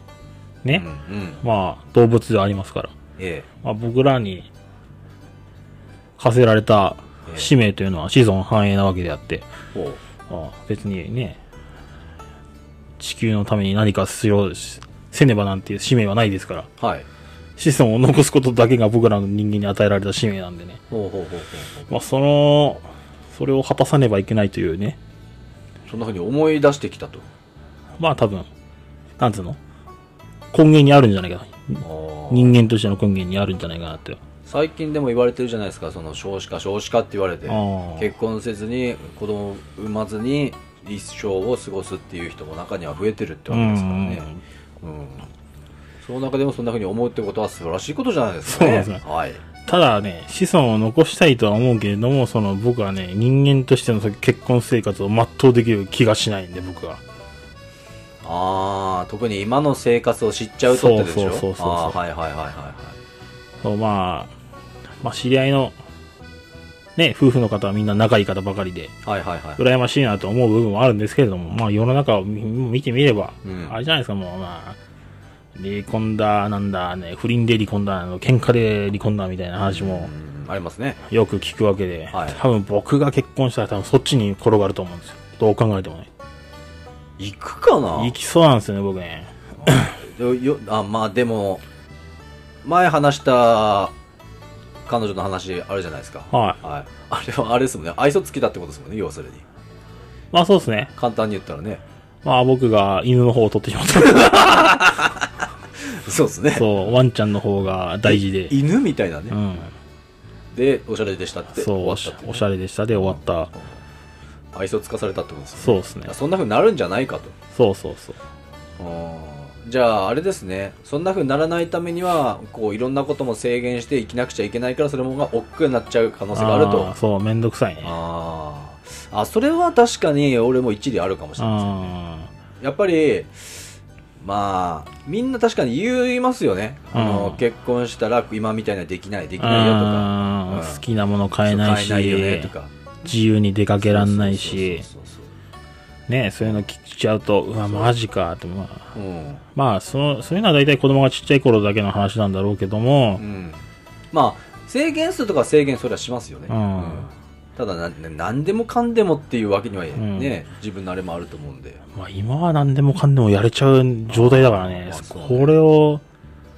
[SPEAKER 2] う
[SPEAKER 1] ね
[SPEAKER 2] なんでしょうね、、うん、うん。
[SPEAKER 1] まあ動物ではありますから、
[SPEAKER 2] え
[SPEAKER 1] まあ僕らに課せられた使命というのは子孫繁栄なわけであって、
[SPEAKER 2] え。ほう。
[SPEAKER 1] まあ、別にね、地球のために何か必要しせねばなんていう使命はないですから、
[SPEAKER 2] はい。
[SPEAKER 1] 子孫を残すことだけが僕らの人間に与えられた使命なんでね。
[SPEAKER 2] ほうほうほうほう
[SPEAKER 1] まあ、その、それを果たさねばいけないというね、
[SPEAKER 2] ほう。そんなふうに思い出してきたと。
[SPEAKER 1] まあ多分、なんつうの根源にあるんじゃないかな。
[SPEAKER 2] ああ。
[SPEAKER 1] 人間としての根源にあるんじゃないかなって。
[SPEAKER 2] 最近でも言われてるじゃないですか、その少子化、少子化って言われて
[SPEAKER 1] あ、ー
[SPEAKER 2] 結婚せずに、子供を産まずに、一生を過ごすっていう人も中には増えてるってわけですからね。うんその中でもそんなふうに思うってことは素晴らしいことじゃないですかね。
[SPEAKER 1] そうです
[SPEAKER 2] はい。
[SPEAKER 1] ただね、子孫を残したいとは思うけれども、その僕はね、人間としての結婚生活を全うできる気がしないんで、僕は。
[SPEAKER 2] ああ、特に今の生活を知っちゃうとってことでしょ
[SPEAKER 1] そうそうそうそ
[SPEAKER 2] あ
[SPEAKER 1] う
[SPEAKER 2] あ、はいはいはいはいはい。
[SPEAKER 1] そうまあ、まあ、知り合いの、ね、夫婦の方はみんな仲いい方ばかりで、
[SPEAKER 2] はいはいはい。
[SPEAKER 1] 羨ましいなと思う部分もあるんですけれども、まあ、世の中を見見てみれば、
[SPEAKER 2] うん
[SPEAKER 1] あれじゃないですか、もう、まあ、離婚だ、なんだ、ね、不倫で離婚だ、あの喧嘩で離婚だみたいな話も
[SPEAKER 2] うんありますね。
[SPEAKER 1] よく聞くわけで、
[SPEAKER 2] はい
[SPEAKER 1] 多分僕が結婚したら多分そっちに転がると思うんですよ。どう考えてもね。
[SPEAKER 2] 行くかな
[SPEAKER 1] 行きそうなんですよね、僕ね。
[SPEAKER 2] よよあまあでも前話した彼女の話あるじゃないですか
[SPEAKER 1] はい。
[SPEAKER 2] はいあれはあれですもんね愛想つきだってことですもんね要するに
[SPEAKER 1] まあそうですね。
[SPEAKER 2] 簡単に言ったらね
[SPEAKER 1] まあ僕が犬の方を取ってしまった。
[SPEAKER 2] そうですね
[SPEAKER 1] そう、ワンちゃんの方が大事で。
[SPEAKER 2] 犬みたいな
[SPEAKER 1] う
[SPEAKER 2] ね、
[SPEAKER 1] ん。
[SPEAKER 2] でおしゃれでしたって
[SPEAKER 1] そう
[SPEAKER 2] 終わ
[SPEAKER 1] お
[SPEAKER 2] った
[SPEAKER 1] し
[SPEAKER 2] っ、
[SPEAKER 1] おしゃれでしたで終わった。
[SPEAKER 2] た愛想つかされたってことです
[SPEAKER 1] そうですね
[SPEAKER 2] ね。そんな風になるんじゃないかと
[SPEAKER 1] そうそうそう。
[SPEAKER 2] うんじゃああれですねそんな風にならないためにはこういろんなことも制限して生きなくちゃいけないからそれもが億劫になっちゃう可能性があると
[SPEAKER 1] ーそう、めんどくさいね。あ
[SPEAKER 2] あーあそれは確かに俺も一理あるかもしれないで
[SPEAKER 1] あ
[SPEAKER 2] すやっぱりまあみんな確かに言いますよね、あ
[SPEAKER 1] う
[SPEAKER 2] の
[SPEAKER 1] ん
[SPEAKER 2] 結婚したら今みたいなできないでき
[SPEAKER 1] ー。
[SPEAKER 2] ないよとか
[SPEAKER 1] あー
[SPEAKER 2] うん
[SPEAKER 1] 好きなもの買えない
[SPEAKER 2] そ
[SPEAKER 1] し、
[SPEAKER 2] う買えないよねとか
[SPEAKER 1] 自由に出かけらんないし、
[SPEAKER 2] そうそうそうそう
[SPEAKER 1] ね、そういうの聞いちゃうと、うわ、マジかって、まあ、
[SPEAKER 2] うん
[SPEAKER 1] まあその、そういうのは大体子供がちっちゃい頃だけの話なんだろうけども
[SPEAKER 2] う、ん、まあ制限数とかは制限それはしますよね、
[SPEAKER 1] うん
[SPEAKER 2] ただな何でもかんでもっていうわけには
[SPEAKER 1] ん
[SPEAKER 2] ね、自分のあれもあると思うんで
[SPEAKER 1] まあ、今は何でもかんでもやれちゃう状態だからね、
[SPEAKER 2] あそう
[SPEAKER 1] これを、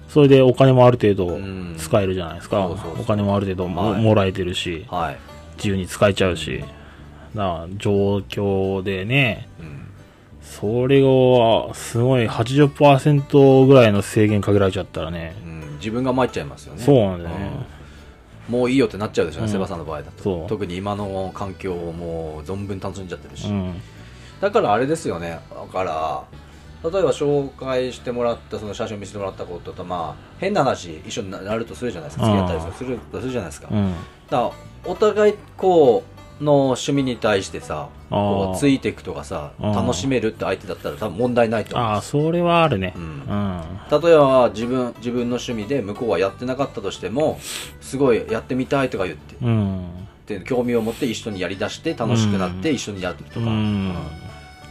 [SPEAKER 1] それでお金もある程度
[SPEAKER 2] うん
[SPEAKER 1] 使えるじゃないですか、
[SPEAKER 2] そうそうそう
[SPEAKER 1] お金もある程度も,、
[SPEAKER 2] はい
[SPEAKER 1] もらえてるし、
[SPEAKER 2] はい、
[SPEAKER 1] 自由に使えちゃうし、なあ状況でね、
[SPEAKER 2] うん
[SPEAKER 1] それをすごい80%ぐらいの制限かけられちゃったらね、
[SPEAKER 2] うん自分が参っちゃいますよね
[SPEAKER 1] そうなんだよね。
[SPEAKER 2] うんもういいよってなっちゃうでしょうね、
[SPEAKER 1] うん
[SPEAKER 2] セバさんの場合だと
[SPEAKER 1] そう
[SPEAKER 2] 特に今の環境をもう存分楽しんじゃってるし、
[SPEAKER 1] うん
[SPEAKER 2] だからあれですよねだから例えば紹介してもらったその写真を見せてもらったこととまあ変な話一緒になるとするじゃないですか付き合ったりするするじゃないですか、
[SPEAKER 1] う
[SPEAKER 2] だ
[SPEAKER 1] ん
[SPEAKER 2] からお互いこうの趣味に対してさ
[SPEAKER 1] あー
[SPEAKER 2] こうついていくとかさ
[SPEAKER 1] うん
[SPEAKER 2] 楽しめるって相手だったら多分問題ないと思うん
[SPEAKER 1] あ
[SPEAKER 2] で
[SPEAKER 1] あ、それはあるね。
[SPEAKER 2] う
[SPEAKER 1] うんん。
[SPEAKER 2] す例えば自分自分の趣味で向こうはやってなかったとしてもすごいやってみたいとか言って
[SPEAKER 1] うん。
[SPEAKER 2] で興味を持って一緒にやりだして楽しくなって一緒にやるとか、
[SPEAKER 1] うん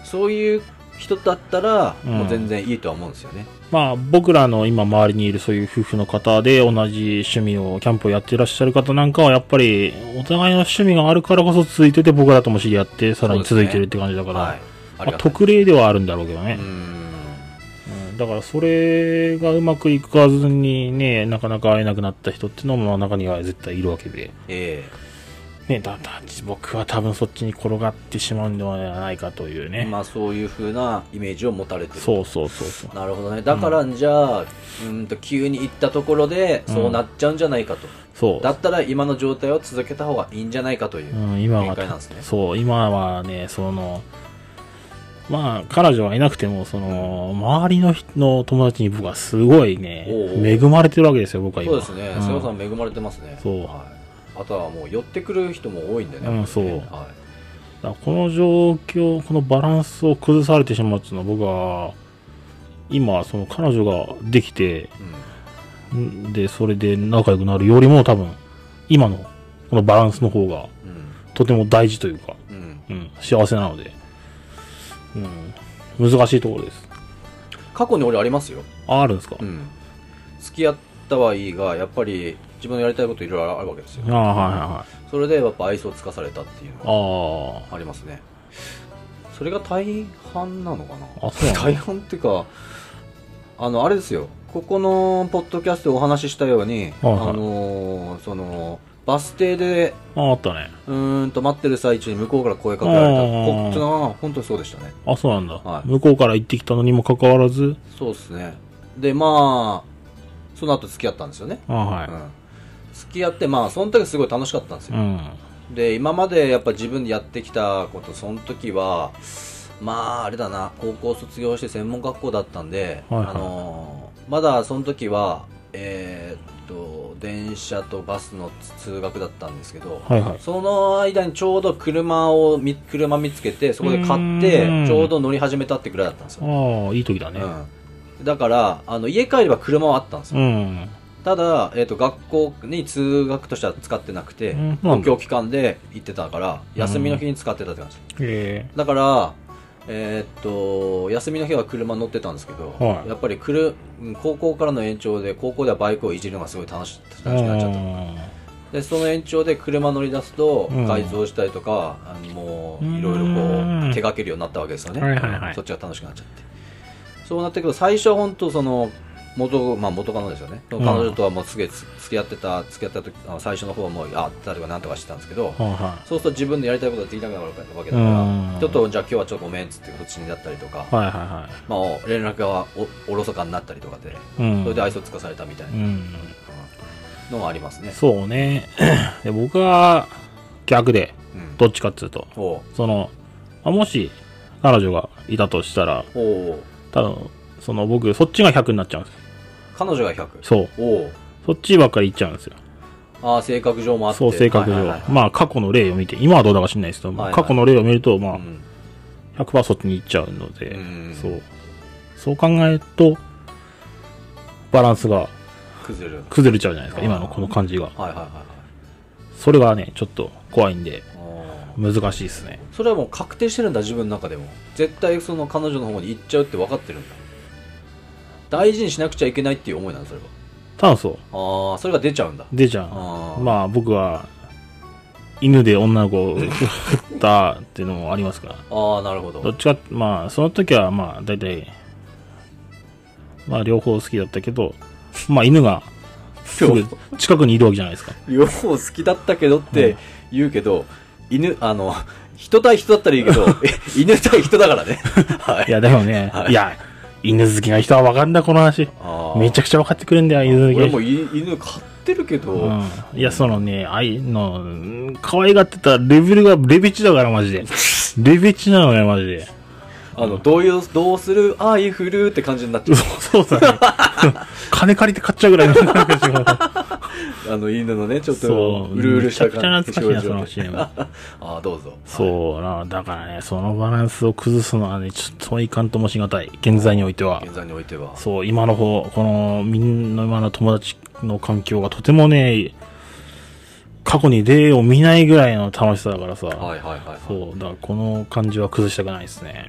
[SPEAKER 2] そういう人だったら
[SPEAKER 1] うん
[SPEAKER 2] もう全然いいとは思うんですよね、
[SPEAKER 1] まあ、僕らの今周りにいるそういう夫婦の方で同じ趣味を、キャンプをやっていらっしゃる方なんかは、やっぱり、お互いの趣味があるからこそ続いてて、僕らとも知り合って、さらに続いてるって感じだから、
[SPEAKER 2] はいあり
[SPEAKER 1] まあ
[SPEAKER 2] がとう
[SPEAKER 1] 特例ではあるんだろうけどね
[SPEAKER 2] う。ん
[SPEAKER 1] うんだから、それがうまくいかずにね、なかなか会えなくなった人っていうのも、中には絶対いるわけで。
[SPEAKER 2] え
[SPEAKER 1] ね、だ、だ、僕は多分そっちに転がってしまうんではないかという
[SPEAKER 2] え
[SPEAKER 1] ね。
[SPEAKER 2] まあそういうふうなイメージを持たれてる
[SPEAKER 1] そうそうそうそう。
[SPEAKER 2] なるほどねだからじゃあ、うん、と急に行ったところで
[SPEAKER 1] うん
[SPEAKER 2] そうなっちゃうんじゃないかと、
[SPEAKER 1] そう。
[SPEAKER 2] だったら今の状態を続けた方がいいんじゃないかという、
[SPEAKER 1] うん、今
[SPEAKER 2] 限
[SPEAKER 1] は、
[SPEAKER 2] 界なんですね
[SPEAKER 1] そう、今はね、その、まあ、彼女はいなくても、その、周りの人の友達に僕はすごいね
[SPEAKER 2] おうお、う
[SPEAKER 1] 恵まれてるわけですよ、僕は
[SPEAKER 2] そう
[SPEAKER 1] 今。
[SPEAKER 2] ですね
[SPEAKER 1] ん
[SPEAKER 2] 瀬尾、さん恵まれてますね
[SPEAKER 1] そう
[SPEAKER 2] はい、あとはもう寄ってくる人も多いんでね、
[SPEAKER 1] うん
[SPEAKER 2] やっぱりね
[SPEAKER 1] そう
[SPEAKER 2] は
[SPEAKER 1] だからこの状況、このバランスを崩されてしまうっていうのは、僕は、今、その彼女ができて、
[SPEAKER 2] いうん
[SPEAKER 1] んで、それで仲良くなるよりも多分、今の、このバランスの方が、とても大事というか、
[SPEAKER 2] うんうん、
[SPEAKER 1] うん、幸せなので、うん、難しいところです。
[SPEAKER 2] 過去に俺ありますよ、
[SPEAKER 1] あ、あるんですか、
[SPEAKER 2] うん、付き合ったはいいがやっぱり自分のやりたいこといろいろあるわけですよ
[SPEAKER 1] ああ、はいはいはい。
[SPEAKER 2] それでやっぱ愛想つかされたっていうのは
[SPEAKER 1] あ
[SPEAKER 2] ありますねそれが大半なのかな
[SPEAKER 1] あ、あ、そうなんだ。
[SPEAKER 2] 大半っていうかあのあれですよここのポッドキャストでお話ししたように、
[SPEAKER 1] はいはい
[SPEAKER 2] あのーそのバス停で
[SPEAKER 1] ああったね。
[SPEAKER 2] うーんと待ってる最中に向こうから声かけられた
[SPEAKER 1] あー
[SPEAKER 2] こっちの本当にそうでしたね
[SPEAKER 1] あ、そうなんだ。
[SPEAKER 2] はい
[SPEAKER 1] 向こうから行ってきたのにもかかわらず、
[SPEAKER 2] そうですねでまあその後付き合ったんですよね、
[SPEAKER 1] あ
[SPEAKER 2] う
[SPEAKER 1] は
[SPEAKER 2] ん、付き合ってまあその時すごい楽しかったんです
[SPEAKER 1] い。う
[SPEAKER 2] よ、
[SPEAKER 1] ん。
[SPEAKER 2] で今までやっぱ自分でやってきたことその時はまああれだな高校卒業して専門学校だったんで、
[SPEAKER 1] はいはい
[SPEAKER 2] あのーまだその時はえーっと電車とバスの通学だったんですけど、
[SPEAKER 1] はいはい。
[SPEAKER 2] その間にちょうど車を見車見つけてそこで買って
[SPEAKER 1] うーん
[SPEAKER 2] ちょうど乗り始めたってぐらいだったんですよ、
[SPEAKER 1] ああ、いい時だね。
[SPEAKER 2] うん、だからあの家帰れば車はあったんです
[SPEAKER 1] う
[SPEAKER 2] よ、
[SPEAKER 1] ん。
[SPEAKER 2] ただ、えー、と学校に通学としては使ってなくて、
[SPEAKER 1] うん
[SPEAKER 2] 公共機関で行ってたから
[SPEAKER 1] うん
[SPEAKER 2] 休みの日に使ってたって感じ、
[SPEAKER 1] え
[SPEAKER 2] だからえーっと休みの日は車乗ってたんですけど、
[SPEAKER 1] はい
[SPEAKER 2] やっぱり来るうん高校からの延長で高校ではバイクをいじるのがすごい楽し
[SPEAKER 1] え
[SPEAKER 2] 楽しくなっちゃったでその延長で車乗り出すと
[SPEAKER 1] うん
[SPEAKER 2] 改造したりとか、あのもう
[SPEAKER 1] うん
[SPEAKER 2] いろいろこう手がけるようになったわけですよね、
[SPEAKER 1] はいはいはい
[SPEAKER 2] そっちが楽しくなっちゃってそうなったけど最初は本当その元,、まあ、元カノですよね彼
[SPEAKER 1] ん
[SPEAKER 2] 女とはもうすげえつ付き合ってた付き合ってた時あの最初の方はもうやったりとかなんとかしてたんですけど、
[SPEAKER 1] はいは
[SPEAKER 2] そうすると自分でやりたいことができなくなるわけだ
[SPEAKER 1] う
[SPEAKER 2] から
[SPEAKER 1] ん
[SPEAKER 2] ちょっとじゃあ今日はちょっとごめんっつってこっちになったりとか、
[SPEAKER 1] い。はいは
[SPEAKER 2] まあ、連絡がおおろそかになったりとかで
[SPEAKER 1] いはい。うん。
[SPEAKER 2] それで愛想つかされたみたいな
[SPEAKER 1] うん。
[SPEAKER 2] のがありますね、
[SPEAKER 1] そうね。で僕は逆で、
[SPEAKER 2] うん、
[SPEAKER 1] どっちかっつうと、
[SPEAKER 2] おう
[SPEAKER 1] その、あもし、彼女がいたとしたら、
[SPEAKER 2] おう
[SPEAKER 1] 多分、その僕、そっちが100になっちゃうんですよ。
[SPEAKER 2] 彼女が100
[SPEAKER 1] そう。
[SPEAKER 2] おう
[SPEAKER 1] そっちばっかり行っちゃうんですよ。
[SPEAKER 2] ああ性格上もあって
[SPEAKER 1] そう、性格上。
[SPEAKER 2] はいはいはい
[SPEAKER 1] まあ、過去の例を見て、今はどうだか知んないですけど、
[SPEAKER 2] はいはい
[SPEAKER 1] 過去の例を見ると、まあ
[SPEAKER 2] う、ん
[SPEAKER 1] 100%そっちに行っちゃうので、
[SPEAKER 2] うん
[SPEAKER 1] そう。そう考えると、バランスが
[SPEAKER 2] 崩れる
[SPEAKER 1] 崩れちゃうじゃないです
[SPEAKER 2] あ
[SPEAKER 1] か、
[SPEAKER 2] ー
[SPEAKER 1] 今のこの感じが。
[SPEAKER 2] はいはいはいはい
[SPEAKER 1] それがね、ちょっと怖いんで、
[SPEAKER 2] あ
[SPEAKER 1] 難しいですね。
[SPEAKER 2] それはもう確定してるんだ自分の中でも絶対その彼女の方に行っちゃうって分かってるんだ大事にしなくちゃいけないっていう思いなのそれは
[SPEAKER 1] 炭素、
[SPEAKER 2] ああそれが出ちゃうんだ
[SPEAKER 1] でじゃん。
[SPEAKER 2] ああ
[SPEAKER 1] まあ僕は、犬で女の子を 振ったっていうのもありますから。
[SPEAKER 2] ああなるほ
[SPEAKER 1] ど
[SPEAKER 2] ど
[SPEAKER 1] っちか、まあその時はまあ大体、まあ両方好きだったけど、まあ犬がすぐ近くにいるわけじゃないで すか。
[SPEAKER 2] 両方好きだったけどって言うけど、犬あの人対人だったらいいけど え犬対人だからねはい
[SPEAKER 1] やだよね。
[SPEAKER 2] はい
[SPEAKER 1] いや、犬好きな人は分かんだこの話。
[SPEAKER 2] あー
[SPEAKER 1] めちゃくちゃ分かってくれんだよ、犬
[SPEAKER 2] 俺
[SPEAKER 1] 好きな
[SPEAKER 2] も
[SPEAKER 1] 人。
[SPEAKER 2] い犬飼ってるけど、
[SPEAKER 1] うん、いや、そのね、愛の、うん可愛がってたレベルが、レベチだから、マジで。レベチなのよ、マジで。
[SPEAKER 2] あのどういうどうするああいい振るって感じになっちゃ
[SPEAKER 1] そうそうだね。 金借りて買っちゃう ぐらいのなんか違う
[SPEAKER 2] うあの犬のねちょっと
[SPEAKER 1] そう
[SPEAKER 2] うるうるした感
[SPEAKER 1] め
[SPEAKER 2] じ
[SPEAKER 1] ちゃくちゃ懐かしいな
[SPEAKER 2] 表情で
[SPEAKER 1] その
[SPEAKER 2] ああどうぞ
[SPEAKER 1] そうな、だからね、そのバランスを崩すのはね、ちょっといかんともしがたい。現在においては。
[SPEAKER 2] 現在においては
[SPEAKER 1] そう、今の方、この、みんな今の友達の環境がとてもね、過去に例を見ないぐらいの楽しさだからさ。
[SPEAKER 2] はいはいはい、はい、
[SPEAKER 1] そう、だからこの感じは崩したくないですね。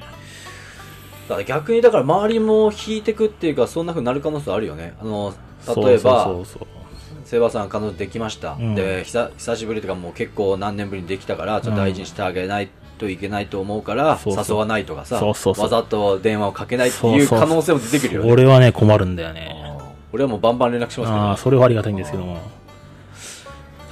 [SPEAKER 2] だから逆にだから周りも引いてくっていうかそんな風になる可能性あるよねあの
[SPEAKER 1] そう
[SPEAKER 2] 例えば
[SPEAKER 1] そうそうそう
[SPEAKER 2] セバさん彼女できました、
[SPEAKER 1] うん
[SPEAKER 2] で久久しぶりというかもう結構何年ぶりにできたからちょっと大事にしてあげないといけないと思うから、
[SPEAKER 1] そうそう
[SPEAKER 2] 誘わないとかさ
[SPEAKER 1] そうそうそう
[SPEAKER 2] わざと電話をかけないっていう可能性も出てくるよね
[SPEAKER 1] 俺はね、困るんだよね。
[SPEAKER 2] あー俺はもうバンバン連絡し
[SPEAKER 1] ああー、
[SPEAKER 2] ます
[SPEAKER 1] それはありがたいんですけども。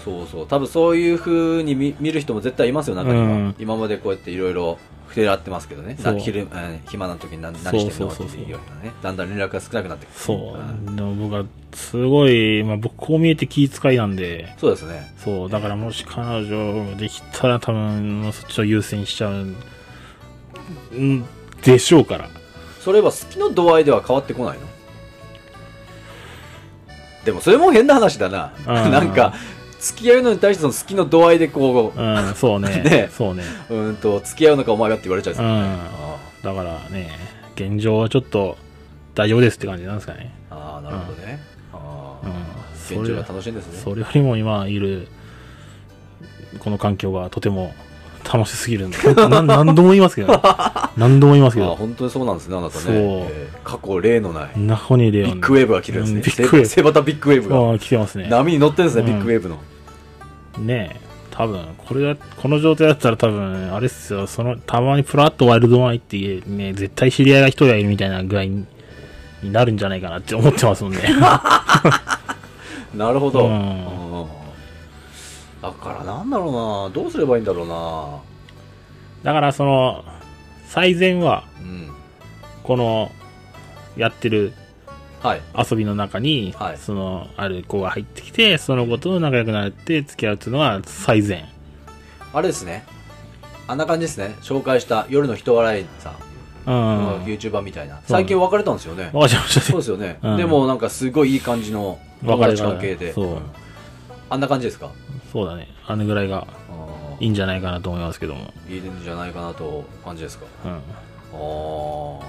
[SPEAKER 2] けどそうそう多分そういう風に見見る人も絶対いますよ中には、
[SPEAKER 1] うん
[SPEAKER 2] 今までこうやっていろいろ触れ合ってますけどね
[SPEAKER 1] そう
[SPEAKER 2] な昼、えー暇な時に何何してるのって
[SPEAKER 1] そうそうそうそう
[SPEAKER 2] いうようなねだんだん連絡が少なくなってくる
[SPEAKER 1] そう。でも僕は、すごい、まあ僕こう見えて気遣いなんで、
[SPEAKER 2] そうですね
[SPEAKER 1] そう、だからもし彼女ができたら多分、もうそっちを優先しちゃうんでしょうから。
[SPEAKER 2] それは好きの度合いでは変わってこないのでもそれも変な話だな
[SPEAKER 1] うん
[SPEAKER 2] なんか付き合うのに対してその好きの度合いでこ
[SPEAKER 1] うん、そう ね。
[SPEAKER 2] ね
[SPEAKER 1] そうね。
[SPEAKER 2] ううーんと付き合うのかお前がって言われちゃう
[SPEAKER 1] うん
[SPEAKER 2] ですよ。
[SPEAKER 1] だからね、現状はちょっと大丈夫ですって感じなんですかね。
[SPEAKER 2] あーあーなるほどね、あ
[SPEAKER 1] うん
[SPEAKER 2] あ。
[SPEAKER 1] そ
[SPEAKER 2] 現状
[SPEAKER 1] れ
[SPEAKER 2] が楽しいんですね
[SPEAKER 1] それよりも今いる、この環境がとても楽しすぎるんで、な何度も言いますけどね、何度も言いますけ
[SPEAKER 2] ああ
[SPEAKER 1] ど、
[SPEAKER 2] 本当にそうなんですねあなたね
[SPEAKER 1] そう
[SPEAKER 2] えー過去例のない
[SPEAKER 1] ナホニレ
[SPEAKER 2] ビ
[SPEAKER 1] オン。
[SPEAKER 2] ッグウェーブが来てるんですね、
[SPEAKER 1] うんビッグウェーブ
[SPEAKER 2] セセバタビッグウェーブが
[SPEAKER 1] ああ来てますね。
[SPEAKER 2] 波に乗ってるんですね、
[SPEAKER 1] うん
[SPEAKER 2] ビッグウェーブの
[SPEAKER 1] ねえ、多分、これだ、この状態だったら多分、あれっすよ、その、たまにプラッとワイルドワインっていうね、絶対知り合いが一人はいるみたいなぐらいにになるんじゃないかなって思ってますもんね。
[SPEAKER 2] なるほど、
[SPEAKER 1] うん
[SPEAKER 2] あーだからなんだろうなどうすればいいんだろうな
[SPEAKER 1] だからその、最善は、
[SPEAKER 2] うん
[SPEAKER 1] この、やってる
[SPEAKER 2] はい
[SPEAKER 1] 遊びの中に、
[SPEAKER 2] はい
[SPEAKER 1] その、ある子が入ってきて、その子と仲良くなって付き合うっていうのが最善。
[SPEAKER 2] あれですね。あんな感じですね。紹介した夜の人笑いさん、
[SPEAKER 1] うん。わか
[SPEAKER 2] YouTuber みたいな。
[SPEAKER 1] そう
[SPEAKER 2] 最近別れたんですよね。
[SPEAKER 1] りまし
[SPEAKER 2] そう
[SPEAKER 1] た。
[SPEAKER 2] ですよね。
[SPEAKER 1] うん
[SPEAKER 2] でもなんかすごいいい感じの
[SPEAKER 1] わ
[SPEAKER 2] 友
[SPEAKER 1] かる
[SPEAKER 2] 達関係で。
[SPEAKER 1] そう。
[SPEAKER 2] あんな感じですか
[SPEAKER 1] そうだね。あのぐらいが
[SPEAKER 2] あ
[SPEAKER 1] いいんじゃないかなと思いますけども。
[SPEAKER 2] ーいいんじゃないかなと感じですか。
[SPEAKER 1] うん。
[SPEAKER 2] あー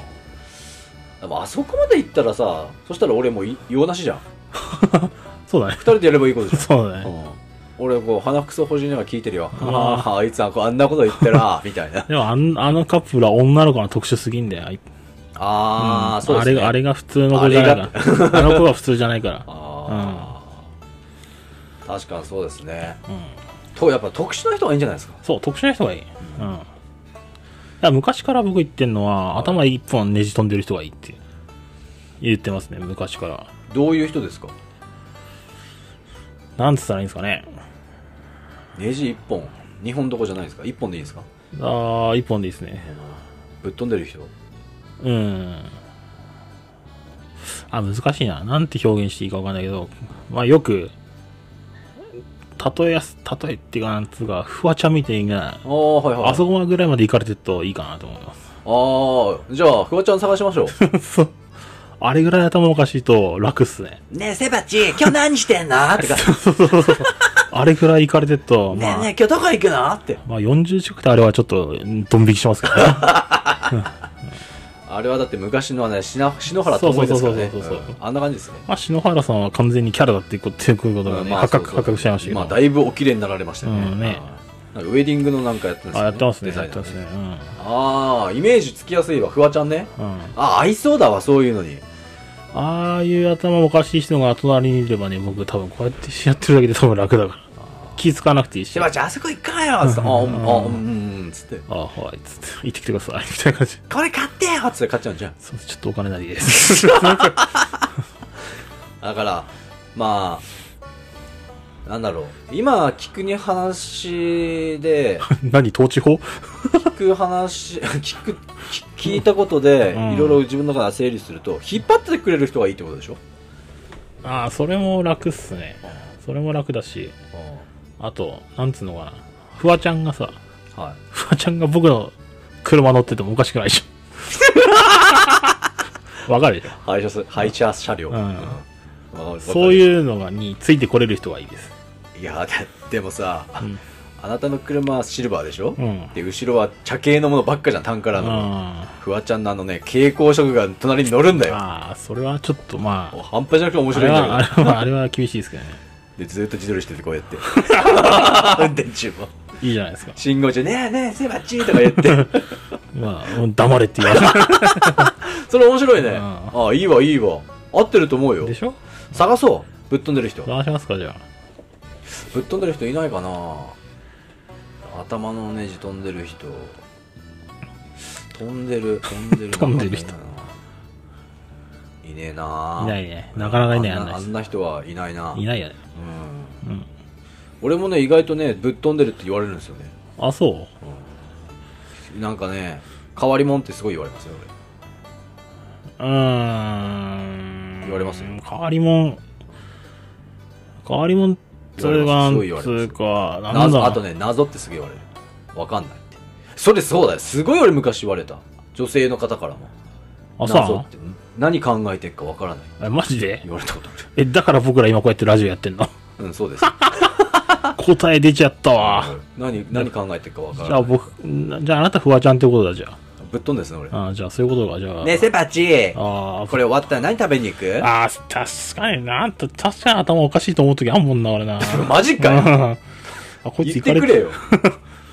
[SPEAKER 2] でもあそこまで行ったらさ、そしたら俺もうい用なしじゃん。
[SPEAKER 1] そうだね
[SPEAKER 2] 二。人でやればいいことじゃん。
[SPEAKER 1] そうだね。
[SPEAKER 2] うん俺こう鼻くそほじりながら聞いてるよ。
[SPEAKER 1] うん
[SPEAKER 2] ああ、あいつはこうあんなこと言って ら、みたいな。
[SPEAKER 1] でもあん、あのカップルは女の子が特殊すぎんだよ。あい
[SPEAKER 2] ああ、そう
[SPEAKER 1] あ
[SPEAKER 2] です
[SPEAKER 1] れ
[SPEAKER 2] ね。
[SPEAKER 1] が、あれが普通の子じゃないから。あの子は普通じゃないから。
[SPEAKER 2] ああ、確かにそうですね
[SPEAKER 1] うん。
[SPEAKER 2] とやっぱ特殊な人がいいんじゃないですか
[SPEAKER 1] そう、特殊な人がいい。うん。だから昔から僕言ってるのは、頭一本ねじ飛んでる人がいいって言ってますね、昔から。
[SPEAKER 2] どういう人ですか
[SPEAKER 1] なんつったらいいんですかね。
[SPEAKER 2] ネジ1本2本どこじゃないですか1本でいいですか
[SPEAKER 1] ああ、一本でいいですね。
[SPEAKER 2] ぶっ飛んでる人
[SPEAKER 1] うん。あ、難しいな。なんて表現していいかわかんないけど、まあよく、例えやす、例えっていうか、なんつうか、フワちゃんみたいな、
[SPEAKER 2] ああはいはい
[SPEAKER 1] あそこまでぐらいまで行かれてるといいかなと思います。
[SPEAKER 2] ああじゃあフワちゃん探しましょう
[SPEAKER 1] そう。あれぐらい頭おかしいと楽っす ね。
[SPEAKER 2] ねえセバチ今日何してんのってか
[SPEAKER 1] あれぐらい行かれてると、まあ、
[SPEAKER 2] え今日どこ行くのって
[SPEAKER 1] まあ40近くてあれはちょっとうんドン引きしますからね。
[SPEAKER 2] あれはだって昔のはね篠篠原ともえですからね
[SPEAKER 1] そうそうそうそうそう
[SPEAKER 2] うんあんな感じですね
[SPEAKER 1] まあ篠原さんは完全にキャラだっていうことっていうことがね、
[SPEAKER 2] まあ
[SPEAKER 1] 発覚
[SPEAKER 2] そうそう
[SPEAKER 1] 発覚しちゃいましたけど。
[SPEAKER 2] まあだいぶお綺麗になられましたよね,、
[SPEAKER 1] うんね
[SPEAKER 2] あーなんかウェディングのなんかやってたんです
[SPEAKER 1] あ、
[SPEAKER 2] よ
[SPEAKER 1] やってますね。
[SPEAKER 2] デザ
[SPEAKER 1] やっ
[SPEAKER 2] イ
[SPEAKER 1] て
[SPEAKER 2] ナー
[SPEAKER 1] ま
[SPEAKER 2] です
[SPEAKER 1] ね。
[SPEAKER 2] ああイメージつきやすいわフワちゃんね
[SPEAKER 1] うん。うん。
[SPEAKER 2] あ合いそうだわそういうのに
[SPEAKER 1] ああいう頭おかしい人が隣にいればね、僕多分こうやってやってるだけで多分楽だから。気づかなくてい
[SPEAKER 2] 「
[SPEAKER 1] いし。
[SPEAKER 2] しば
[SPEAKER 1] あ
[SPEAKER 2] ちゃんあそこ行かんよ」つって「あうんあうんうん」つって
[SPEAKER 1] あ、はい、つって、行ってきてください。みたいな感じ。
[SPEAKER 2] 「これ買ってよ」つって買っちゃうんじゃん
[SPEAKER 1] そうちょっとお金ないです。
[SPEAKER 2] だからまあなんだろう今聞くに話で
[SPEAKER 1] 何、統治法
[SPEAKER 2] 聞く話 聞く聞聞いたことで
[SPEAKER 1] うん
[SPEAKER 2] いろいろ自分の中で整理すると引っ張ってくれる人がいいってことでしょ
[SPEAKER 1] ああ、それも楽っすね。それも楽だし、あと、なんつうのかな。フワちゃんがさ、
[SPEAKER 2] はい
[SPEAKER 1] フワちゃんが僕の車乗っててもおかしくないじ ゃん。わかるでしょ
[SPEAKER 2] 廃車す廃車車両、
[SPEAKER 1] うん
[SPEAKER 2] わかるわかる
[SPEAKER 1] そういうのがについてこれる人がいいです。
[SPEAKER 2] いやだでもさ、
[SPEAKER 1] ん
[SPEAKER 2] あなたの車はシルバーでしょ、
[SPEAKER 1] うん。
[SPEAKER 2] で後ろは茶系のものばっかじゃん単カラーの、
[SPEAKER 1] あ
[SPEAKER 2] フワちゃんのあのね蛍光色が隣に乗るんだよ
[SPEAKER 1] あー、それはちょっとま
[SPEAKER 2] もう
[SPEAKER 1] あ、
[SPEAKER 2] 半端じゃなくて面
[SPEAKER 1] あ
[SPEAKER 2] 白い
[SPEAKER 1] れ
[SPEAKER 2] んだけど
[SPEAKER 1] は、あれは、あれは厳しいですけどね。
[SPEAKER 2] でずっと自撮りしててこうやって 運転中も
[SPEAKER 1] いいじゃないですか。
[SPEAKER 2] 信号中ねえねえせばっちーとか言って
[SPEAKER 1] まあ、うん黙れって言われ
[SPEAKER 2] それ面白いね
[SPEAKER 1] うん
[SPEAKER 2] ああいいわいいわ合ってると思う
[SPEAKER 1] る
[SPEAKER 2] よ
[SPEAKER 1] でし ょ
[SPEAKER 2] 探そうぶっ飛んでる人
[SPEAKER 1] 探しますか、じゃ
[SPEAKER 2] ぶっ飛んでる人いないかな頭のネジ飛んでる人飛んでる飛んでる
[SPEAKER 1] 飛んでる人
[SPEAKER 2] いねえな
[SPEAKER 1] あ。
[SPEAKER 2] あ
[SPEAKER 1] いないね。なかなかいない、あ
[SPEAKER 2] あん
[SPEAKER 1] ん
[SPEAKER 2] な
[SPEAKER 1] な
[SPEAKER 2] あん
[SPEAKER 1] 人
[SPEAKER 2] な人はいないない
[SPEAKER 1] ないよね。
[SPEAKER 2] うん
[SPEAKER 1] うん。
[SPEAKER 2] 俺もね意外とねぶっ飛んでるって言われるんですよね
[SPEAKER 1] あ、そう
[SPEAKER 2] なんかね変わり者ってすごい言われますよ俺
[SPEAKER 1] うーん。
[SPEAKER 2] 言われますよ
[SPEAKER 1] 変わりもん。変わりもん、それが、
[SPEAKER 2] す
[SPEAKER 1] つ
[SPEAKER 2] ごい言われます
[SPEAKER 1] うか、なんだ
[SPEAKER 2] 謎あとね謎ってすげえ言われるわかんないってそれそうだよすごい俺昔言われた女性の方からも
[SPEAKER 1] あ、
[SPEAKER 2] 謎
[SPEAKER 1] そ
[SPEAKER 2] ってん何考えてるかわからないう
[SPEAKER 1] えマジで
[SPEAKER 2] 言われたことあ
[SPEAKER 1] え、だから僕ら今こうやってラジオやってんの
[SPEAKER 2] るうんそうです
[SPEAKER 1] 答え出ちゃったわ。
[SPEAKER 2] 何何考えてるかわから
[SPEAKER 1] じゃ
[SPEAKER 2] な
[SPEAKER 1] あ
[SPEAKER 2] い
[SPEAKER 1] 僕、んじゃああなたフワちゃんってことだ、じゃ
[SPEAKER 2] ぶっ飛んですね俺
[SPEAKER 1] あ。あーじゃあそういうことか、じゃあ。
[SPEAKER 2] ねえセパチ
[SPEAKER 1] ああ、
[SPEAKER 2] これ終わったら何食べに行く
[SPEAKER 1] ああ、確かにな。あんた、確かに頭おかしいと思うときあんもんな、俺な。
[SPEAKER 2] マジかよ
[SPEAKER 1] あ、こいつ
[SPEAKER 2] 言
[SPEAKER 1] 行
[SPEAKER 2] っ
[SPEAKER 1] か
[SPEAKER 2] て
[SPEAKER 1] れ
[SPEAKER 2] くれよ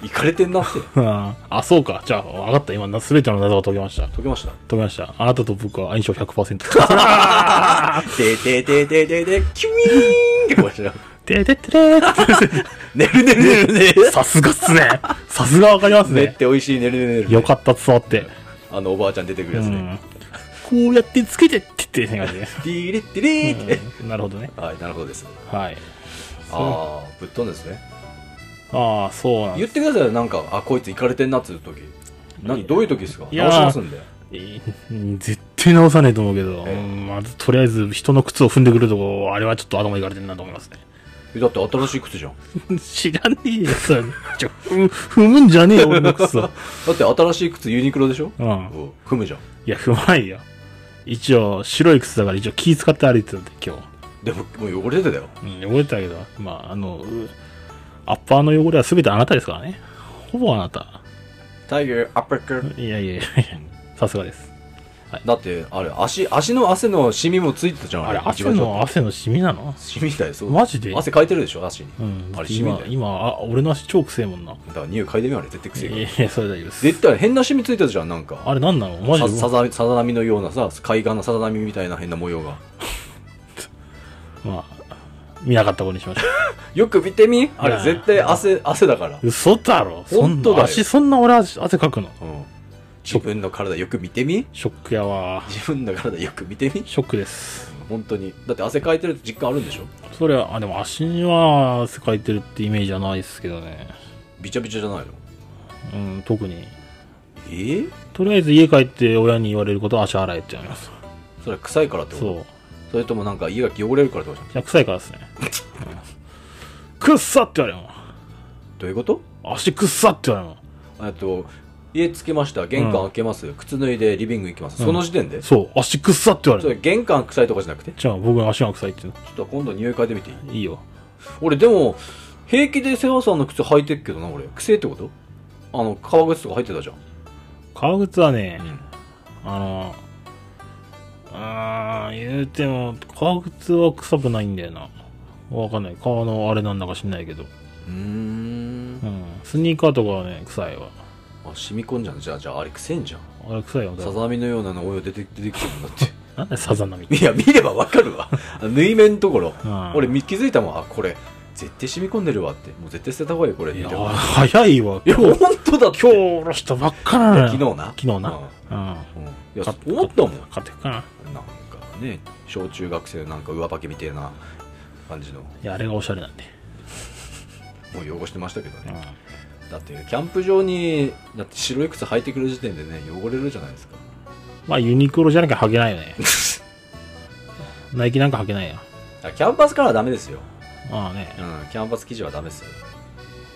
[SPEAKER 2] 行かれてんなって
[SPEAKER 1] うんあ、そうか。じゃあ、分かった。今、な全ての謎が解けました。
[SPEAKER 2] 解けました
[SPEAKER 1] 解けました。あなたと僕は相性100%。
[SPEAKER 2] ででででででキュイーンってこうしてる
[SPEAKER 1] ででってれーって
[SPEAKER 2] 寝る寝る寝る寝る
[SPEAKER 1] さすがっすね。さすがわかります
[SPEAKER 2] 寝っ
[SPEAKER 1] ね。
[SPEAKER 2] て美味しい寝る寝る寝
[SPEAKER 1] よ
[SPEAKER 2] る
[SPEAKER 1] かった、伝わって。
[SPEAKER 2] あのおばあちゃん出てくるや
[SPEAKER 1] う
[SPEAKER 2] つね、
[SPEAKER 1] ん。こうやってつけてって言ってね、感じで
[SPEAKER 2] ディリッディリーって、
[SPEAKER 1] うんなるほどね。
[SPEAKER 2] はいなるほどです
[SPEAKER 1] はい。
[SPEAKER 2] ああぶっ飛んですね
[SPEAKER 1] ああ、そうなん
[SPEAKER 2] 言ってくださいよなんかあこいつ行かれてんなっつう時何どういう時ですか
[SPEAKER 1] いや
[SPEAKER 2] 直しますんで
[SPEAKER 1] うん絶対直さねえと思うけど、
[SPEAKER 2] ええ
[SPEAKER 1] うんまずとりあえず人の靴を踏んでくるとこ、あれはちょっと頭いかれてんなと思いますね。
[SPEAKER 2] えだって新しい靴じゃん
[SPEAKER 1] 知らねえよ、それちょ踏踏むんじゃねえよ、俺の靴を。
[SPEAKER 2] だって新しい靴ユニクロでしょ、
[SPEAKER 1] うん。
[SPEAKER 2] うん踏むじゃん
[SPEAKER 1] いや、踏まないよ。一応、白い靴だから一応気使って歩いてたんで、今
[SPEAKER 2] でももう汚れてたよ
[SPEAKER 1] 日。うん、汚れてたけど、まあ、あの、うアッパーの汚れは全てあなたですからね。ほぼあなた。
[SPEAKER 2] タイガーアッパーカー
[SPEAKER 1] いやいやいやさすがです。
[SPEAKER 2] だってあれ足足の汗のシミもついてたじゃん
[SPEAKER 1] あれ、
[SPEAKER 2] 一
[SPEAKER 1] 汗
[SPEAKER 2] 番最初
[SPEAKER 1] の、汗のシミなの
[SPEAKER 2] シミだよそう
[SPEAKER 1] マジで
[SPEAKER 2] 汗かいてるでしょ足に、
[SPEAKER 1] うん。
[SPEAKER 2] あ
[SPEAKER 1] だっ
[SPEAKER 2] れ
[SPEAKER 1] て
[SPEAKER 2] シミ
[SPEAKER 1] 今
[SPEAKER 2] だ、よ
[SPEAKER 1] 今、あ、俺の足超くせえもんな。
[SPEAKER 2] だから匂い嗅いでみようあれ絶対くせえから
[SPEAKER 1] いやいや、それ大丈夫です。
[SPEAKER 2] 絶対変なシミついてたじゃんなんか
[SPEAKER 1] あれなんなのマ
[SPEAKER 2] さ
[SPEAKER 1] ジ
[SPEAKER 2] さ
[SPEAKER 1] で
[SPEAKER 2] ざさざ波のようなさ海岸のさざ波みたいな変な模様が
[SPEAKER 1] まあ、見なかったことにしましょ
[SPEAKER 2] よく見てみあ
[SPEAKER 1] い
[SPEAKER 2] れ
[SPEAKER 1] や
[SPEAKER 2] 絶対汗汗だから、
[SPEAKER 1] う。嘘だろそん
[SPEAKER 2] 本当だ
[SPEAKER 1] な、
[SPEAKER 2] よ
[SPEAKER 1] 足そんな俺足汗かくの
[SPEAKER 2] うん、自分の体よく見てみ
[SPEAKER 1] ショックやわ。
[SPEAKER 2] 自分の体よく見てみ
[SPEAKER 1] ショックです。
[SPEAKER 2] 本当にだって汗かいてるって実感あるんでしょ
[SPEAKER 1] それは、あ、でも足には汗かいてるってイメージじゃないですけどね。
[SPEAKER 2] びちゃびちゃじゃないの
[SPEAKER 1] うん、特に。
[SPEAKER 2] えー、
[SPEAKER 1] とりあえず家帰って親に言われることは足洗えって言われます。
[SPEAKER 2] それは臭いからってこと
[SPEAKER 1] そう。
[SPEAKER 2] それともなんか家が汚れるからってことじゃん
[SPEAKER 1] いや、臭いからですね。 うんくっさって言われる
[SPEAKER 2] どういうこと
[SPEAKER 1] もん。足くっさって言われるも
[SPEAKER 2] えっと家着きました玄関開けます、靴脱いでリビング行きます、
[SPEAKER 1] うん
[SPEAKER 2] その時点で
[SPEAKER 1] ん。そう、足くっさって言わ
[SPEAKER 2] そ
[SPEAKER 1] れ
[SPEAKER 2] れ
[SPEAKER 1] る。
[SPEAKER 2] 玄関臭いとかじゃなくてちょ
[SPEAKER 1] じゃあ僕の足が臭いって言う
[SPEAKER 2] っと今度匂い嗅いでみていい
[SPEAKER 1] のいいよ。
[SPEAKER 2] 俺でも平気でセワさんの靴履いてっけどな俺癖ってことあの革靴とか履いてたじゃん、
[SPEAKER 1] 革靴はね、あの、あー言うても、革靴は臭くないんだよな。わかんない。革のあれなんだか知んないけど。
[SPEAKER 2] うーん
[SPEAKER 1] うん。スニーカーとかはね、臭いわ。
[SPEAKER 2] あ染み込んじゃうじゃあじゃああれくせえんじゃん
[SPEAKER 1] あれ臭いわ。
[SPEAKER 2] さざ波のようなのおよ出て出てきてるんだっ
[SPEAKER 1] なんでサザナミ
[SPEAKER 2] て いや見ればわかるわあ縫い目のところ
[SPEAKER 1] うん
[SPEAKER 2] 俺見気づいたもんあこれ絶対染み込んでるわってもう絶対捨てた方がいいこれ
[SPEAKER 1] い
[SPEAKER 2] み
[SPEAKER 1] や
[SPEAKER 2] たいな、
[SPEAKER 1] 早いわ。
[SPEAKER 2] いや
[SPEAKER 1] 今日、
[SPEAKER 2] 本当だって
[SPEAKER 1] 今日おろしたばっかなのよ。
[SPEAKER 2] 昨日な
[SPEAKER 1] 昨日な。うん。
[SPEAKER 2] うん、いや
[SPEAKER 1] 買
[SPEAKER 2] 思ったもんなん
[SPEAKER 1] 買ってくかな。
[SPEAKER 2] かね小中学生のなんか上履きみたいな感じのも
[SPEAKER 1] いや、あれがおしゃれなんで。
[SPEAKER 2] う汚してましたけど
[SPEAKER 1] うん
[SPEAKER 2] ね、だってキャンプ場にだって白い靴履いてくる時点でね汚れるじゃないですか
[SPEAKER 1] まあ、ユニクロじゃなきゃ履けないよ ね。ナイキなんか履けないよ。
[SPEAKER 2] あキャンパスからはダメですよ、
[SPEAKER 1] ああね
[SPEAKER 2] う。ん、キャンパス生地はダメですよ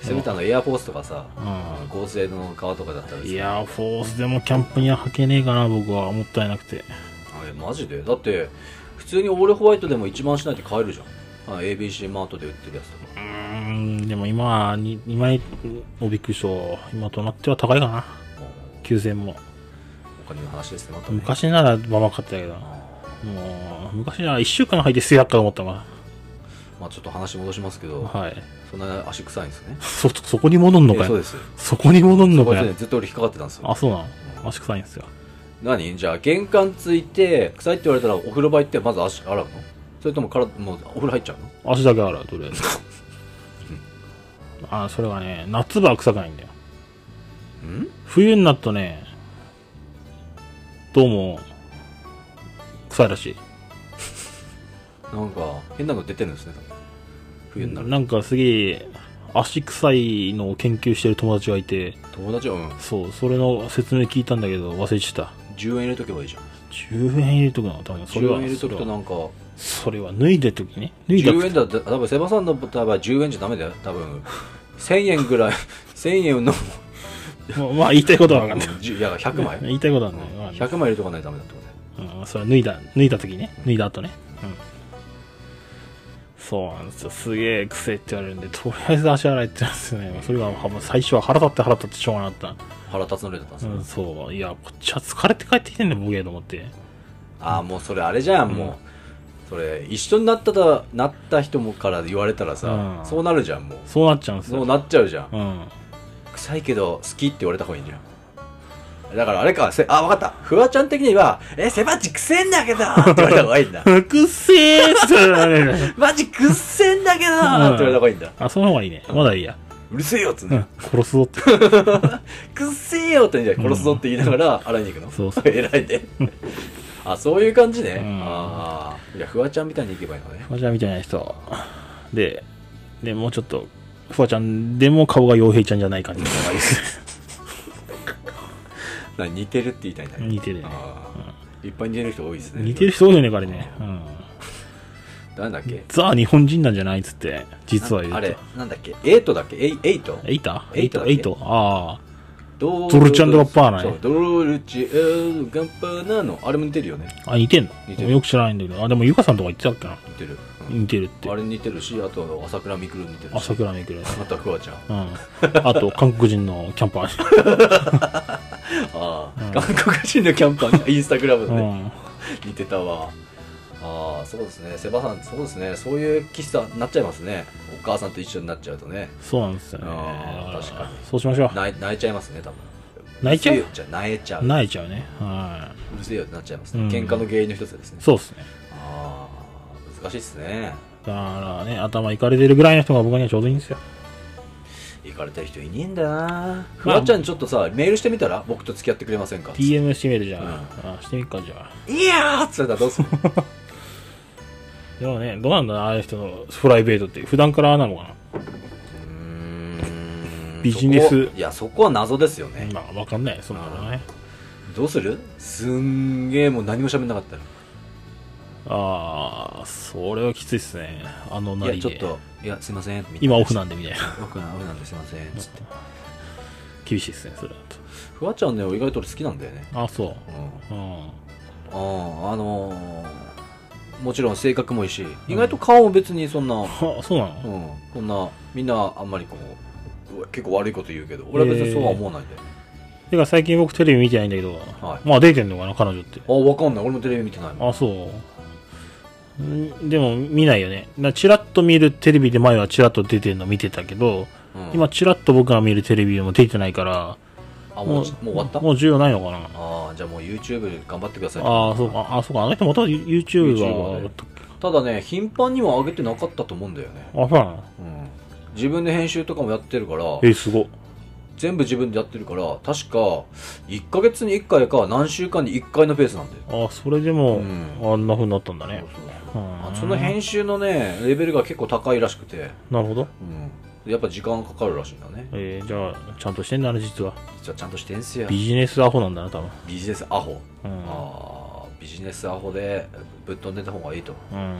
[SPEAKER 2] せめてあのエアフォースとかさ
[SPEAKER 1] う
[SPEAKER 2] 合成の革とかだったら
[SPEAKER 1] ん。いやー、フォースでもキャンプには履けねえかな、僕は。もったいなくて。
[SPEAKER 2] あれマジでだって普通にオールホワイトでも1万しないで買えるじゃんあ ABC マートで売ってるやつとか
[SPEAKER 1] うーん、でも今はに、2枚、おびっくりした。今となっては高いかな。
[SPEAKER 2] も
[SPEAKER 1] 9000も。
[SPEAKER 2] うお金の話ですねまたね
[SPEAKER 1] 昔ならまあま買ってたけど。もう、昔なら1週間履いて捨てやっかと思ったわ。
[SPEAKER 2] まあちょっと話戻しますけど
[SPEAKER 1] はい。
[SPEAKER 2] そんな足臭いんですね
[SPEAKER 1] そ、そこに戻んのか
[SPEAKER 2] えそう
[SPEAKER 1] よ。
[SPEAKER 2] です
[SPEAKER 1] そこに戻んの
[SPEAKER 2] こ
[SPEAKER 1] か
[SPEAKER 2] れね
[SPEAKER 1] よ。
[SPEAKER 2] ずっと俺引っかかってたんですよ
[SPEAKER 1] あ、そうなの足臭いんですよ。
[SPEAKER 2] 何じゃあ玄関ついて臭いって言われたらお風呂場行ってまず足洗うのそれともからもうお風呂入っちゃうの
[SPEAKER 1] 足だけ洗う、とりあえず。あ、それがね、夏場は臭くないんだよ。
[SPEAKER 2] ん
[SPEAKER 1] 冬になるとね、どうも、臭いらしい。
[SPEAKER 2] なんか変なの出てるんですね多分冬になる
[SPEAKER 1] なんかすげえ、足臭いのを研究してる友達がいて、
[SPEAKER 2] 友達はうん
[SPEAKER 1] そう、それの説明聞いたんだけど、忘れてた。
[SPEAKER 2] 10円入れとけばいいじゃん
[SPEAKER 1] 10円入れとくの多分それ
[SPEAKER 2] 10
[SPEAKER 1] は
[SPEAKER 2] 円入れとく
[SPEAKER 1] そ
[SPEAKER 2] と
[SPEAKER 1] れは
[SPEAKER 2] なんか
[SPEAKER 1] それは脱いでるときね脱いだ
[SPEAKER 2] 10円だと多分セバさんの場合は10円じゃダメだよ多分1000円ぐらい 1000円の
[SPEAKER 1] まあまあ言いたいことは分かんない
[SPEAKER 2] 10いや100枚
[SPEAKER 1] 言いたいことはない、まあね
[SPEAKER 2] 100枚入れとかないとダメだってことね
[SPEAKER 1] うん、それは脱いだ脱いだ時ね脱いだ後ね、うん、そうなんですよすげえ癖って言われるんでとりあえず足洗いってなんですよねそれが最初は腹立って腹立ってしょうがなかっ
[SPEAKER 2] 腹立つの例だったんです
[SPEAKER 1] た、
[SPEAKER 2] よ、
[SPEAKER 1] うん、そういやこっちは疲れて帰ってきてんだよ僕やと思って
[SPEAKER 2] ああもうそれあれじゃん、もうそれ一緒になったとなった人もから言われたらさ、
[SPEAKER 1] うん
[SPEAKER 2] そうなるじゃんもう
[SPEAKER 1] そうなっちゃうんですよ
[SPEAKER 2] そうなっちゃうじゃん、
[SPEAKER 1] うん
[SPEAKER 2] 臭いけど好きって言われた方がいいんじゃんだからあれかせあ分かったフワちゃん的には「えセバっちくせえんだけど」って言われた方がいいんだ
[SPEAKER 1] くっせーっつって言われる
[SPEAKER 2] マジくっせえんだけどって言われた方がいいんだ、
[SPEAKER 1] あその方がいいねまだいいや、
[SPEAKER 2] うるせえよっつう
[SPEAKER 1] う
[SPEAKER 2] ね
[SPEAKER 1] ん、殺すぞって
[SPEAKER 2] くっせえよって言うんじゃん殺すぞって言いながら洗いに行くの、
[SPEAKER 1] そうそ
[SPEAKER 2] 偉いねあそういう感じね、
[SPEAKER 1] うん
[SPEAKER 2] ああいやフワちゃんみたいに行けばいいのね
[SPEAKER 1] フワちゃんみたいな人ででもうちょっとフワちゃんでも顔が洋平ちゃんじゃない感じの方がいいです
[SPEAKER 2] な似てるって言いたいんだ
[SPEAKER 1] 似てるね
[SPEAKER 2] あーいっぱい似てる人多いですね
[SPEAKER 1] 似てる人多いよね彼ね、うん、
[SPEAKER 2] なんだっけ
[SPEAKER 1] ザ日本人なんじゃないっつって実は言う
[SPEAKER 2] な
[SPEAKER 1] と
[SPEAKER 2] あれなんだっけエイトだっけエイエイト
[SPEAKER 1] エイタ
[SPEAKER 2] エイトだっけ
[SPEAKER 1] エイトあ
[SPEAKER 2] ド
[SPEAKER 1] ドルチェガッパーナね
[SPEAKER 2] そうドルチェガッパーナのあれも似てるよね
[SPEAKER 1] ああ似てんの
[SPEAKER 2] 似てる
[SPEAKER 1] よく知らないんだけどあでもゆかさんとか言ってたっけな
[SPEAKER 2] 似てる、うん
[SPEAKER 1] 似てるって
[SPEAKER 2] あれ似てるしあと朝倉未来似てるし
[SPEAKER 1] 朝倉未来
[SPEAKER 2] あとはフワちゃん
[SPEAKER 1] うんあと韓国人のキャンパ ー、
[SPEAKER 2] ああ、
[SPEAKER 1] うん
[SPEAKER 2] 韓国人のキャンパー にインスタグラム
[SPEAKER 1] う
[SPEAKER 2] でね、
[SPEAKER 1] ん、
[SPEAKER 2] 似てたわああそうですねセバさんそうですねそういう喫茶になっちゃいますねお母さんと一緒になっちゃうとね
[SPEAKER 1] そうなんですよね
[SPEAKER 2] あー確かに
[SPEAKER 1] そうしましょう
[SPEAKER 2] 泣い泣いちゃいますね多分
[SPEAKER 1] 泣いちゃう
[SPEAKER 2] うるせえよじゃ泣いちゃう
[SPEAKER 1] 泣いちゃうねは
[SPEAKER 2] うるせえよってなっちゃいます、
[SPEAKER 1] うん
[SPEAKER 2] 喧嘩の原因の一つですね
[SPEAKER 1] いそうっすね
[SPEAKER 2] ああ難しいですね
[SPEAKER 1] だからね、頭いかれてるぐらいの人が僕にはちょうどいいんですよ。
[SPEAKER 2] 行かれてる人いねえんだなフワちゃんちょっとさメールしてみたら僕と付き合ってくれませんか
[SPEAKER 1] PM してみるじゃん。
[SPEAKER 2] うん
[SPEAKER 1] あしてみっか、じゃあ。
[SPEAKER 2] いやーっつったらどうする
[SPEAKER 1] でもね、どうなんだろうああいう人のプライベートって、普段からああなのかビジネス
[SPEAKER 2] そこいやそこは謎ですよ
[SPEAKER 1] な。
[SPEAKER 2] ね、
[SPEAKER 1] まあ、わかんない、そんなのね。
[SPEAKER 2] どうするすんげえもう何も喋んなかったら
[SPEAKER 1] ああ、それはきついっすね。あのないり
[SPEAKER 2] や
[SPEAKER 1] で。
[SPEAKER 2] ちょっといやすいませんみたいな
[SPEAKER 1] 今オフなんで、みたいな。
[SPEAKER 2] オフなオフなんですいませんつって
[SPEAKER 1] 厳しいっすね、それだ
[SPEAKER 2] フワちゃんね意外と俺好きなんだよね
[SPEAKER 1] と。あそうう。うん。
[SPEAKER 2] んあああのーもちろん性格もいいし意外と顔も別にそんな
[SPEAKER 1] は、そうなの、
[SPEAKER 2] うん、こんなみんなあんまりこううわ結構悪いこと言うけど俺は別にそうは思わないんで、
[SPEAKER 1] てか、最近僕テレビ見てないんだけど、
[SPEAKER 2] はい
[SPEAKER 1] まあ、出てんのかな、彼女って。
[SPEAKER 2] あ分かんない俺もテレビ見てないもん
[SPEAKER 1] あ、そう。んでも見ないよね。なチラッと見るテレビで前はチラッと出てるの見てたけど、
[SPEAKER 2] ううん
[SPEAKER 1] 今、ちらっと僕が見るテレビも出てないから、
[SPEAKER 2] あもうもう終わった
[SPEAKER 1] もう需要ないのかな。
[SPEAKER 2] ああじゃあもう YouTube 頑張ってください
[SPEAKER 1] ああ、そうか。あそうか。あの人もともと YouTuber だったっけ
[SPEAKER 2] ただね頻繁には上げてなかったと思うんだよね、
[SPEAKER 1] あ、そうなの
[SPEAKER 2] うん、自分で編集とかもやってるから
[SPEAKER 1] え、すごっ。
[SPEAKER 2] 全部自分でやってるから確か1ヶ月に1回か何週間に1回のペースなんだよ
[SPEAKER 1] あそれでも、
[SPEAKER 2] うん
[SPEAKER 1] あんな風になったんだね。
[SPEAKER 2] あ
[SPEAKER 1] あ
[SPEAKER 2] その編集のねレベルが結構高いらしくて、
[SPEAKER 1] なるほど。
[SPEAKER 2] うん、やっぱ時間かかるらしいんだね
[SPEAKER 1] えー、じゃあ、ちゃんとしてんだね、実は。
[SPEAKER 2] じゃあちゃんとしてんすよ
[SPEAKER 1] ビジネスアホなんだな、多分。
[SPEAKER 2] ビジネスアホ
[SPEAKER 1] うん。
[SPEAKER 2] あービジネスアホでぶっ飛んでた方がいいと
[SPEAKER 1] うん。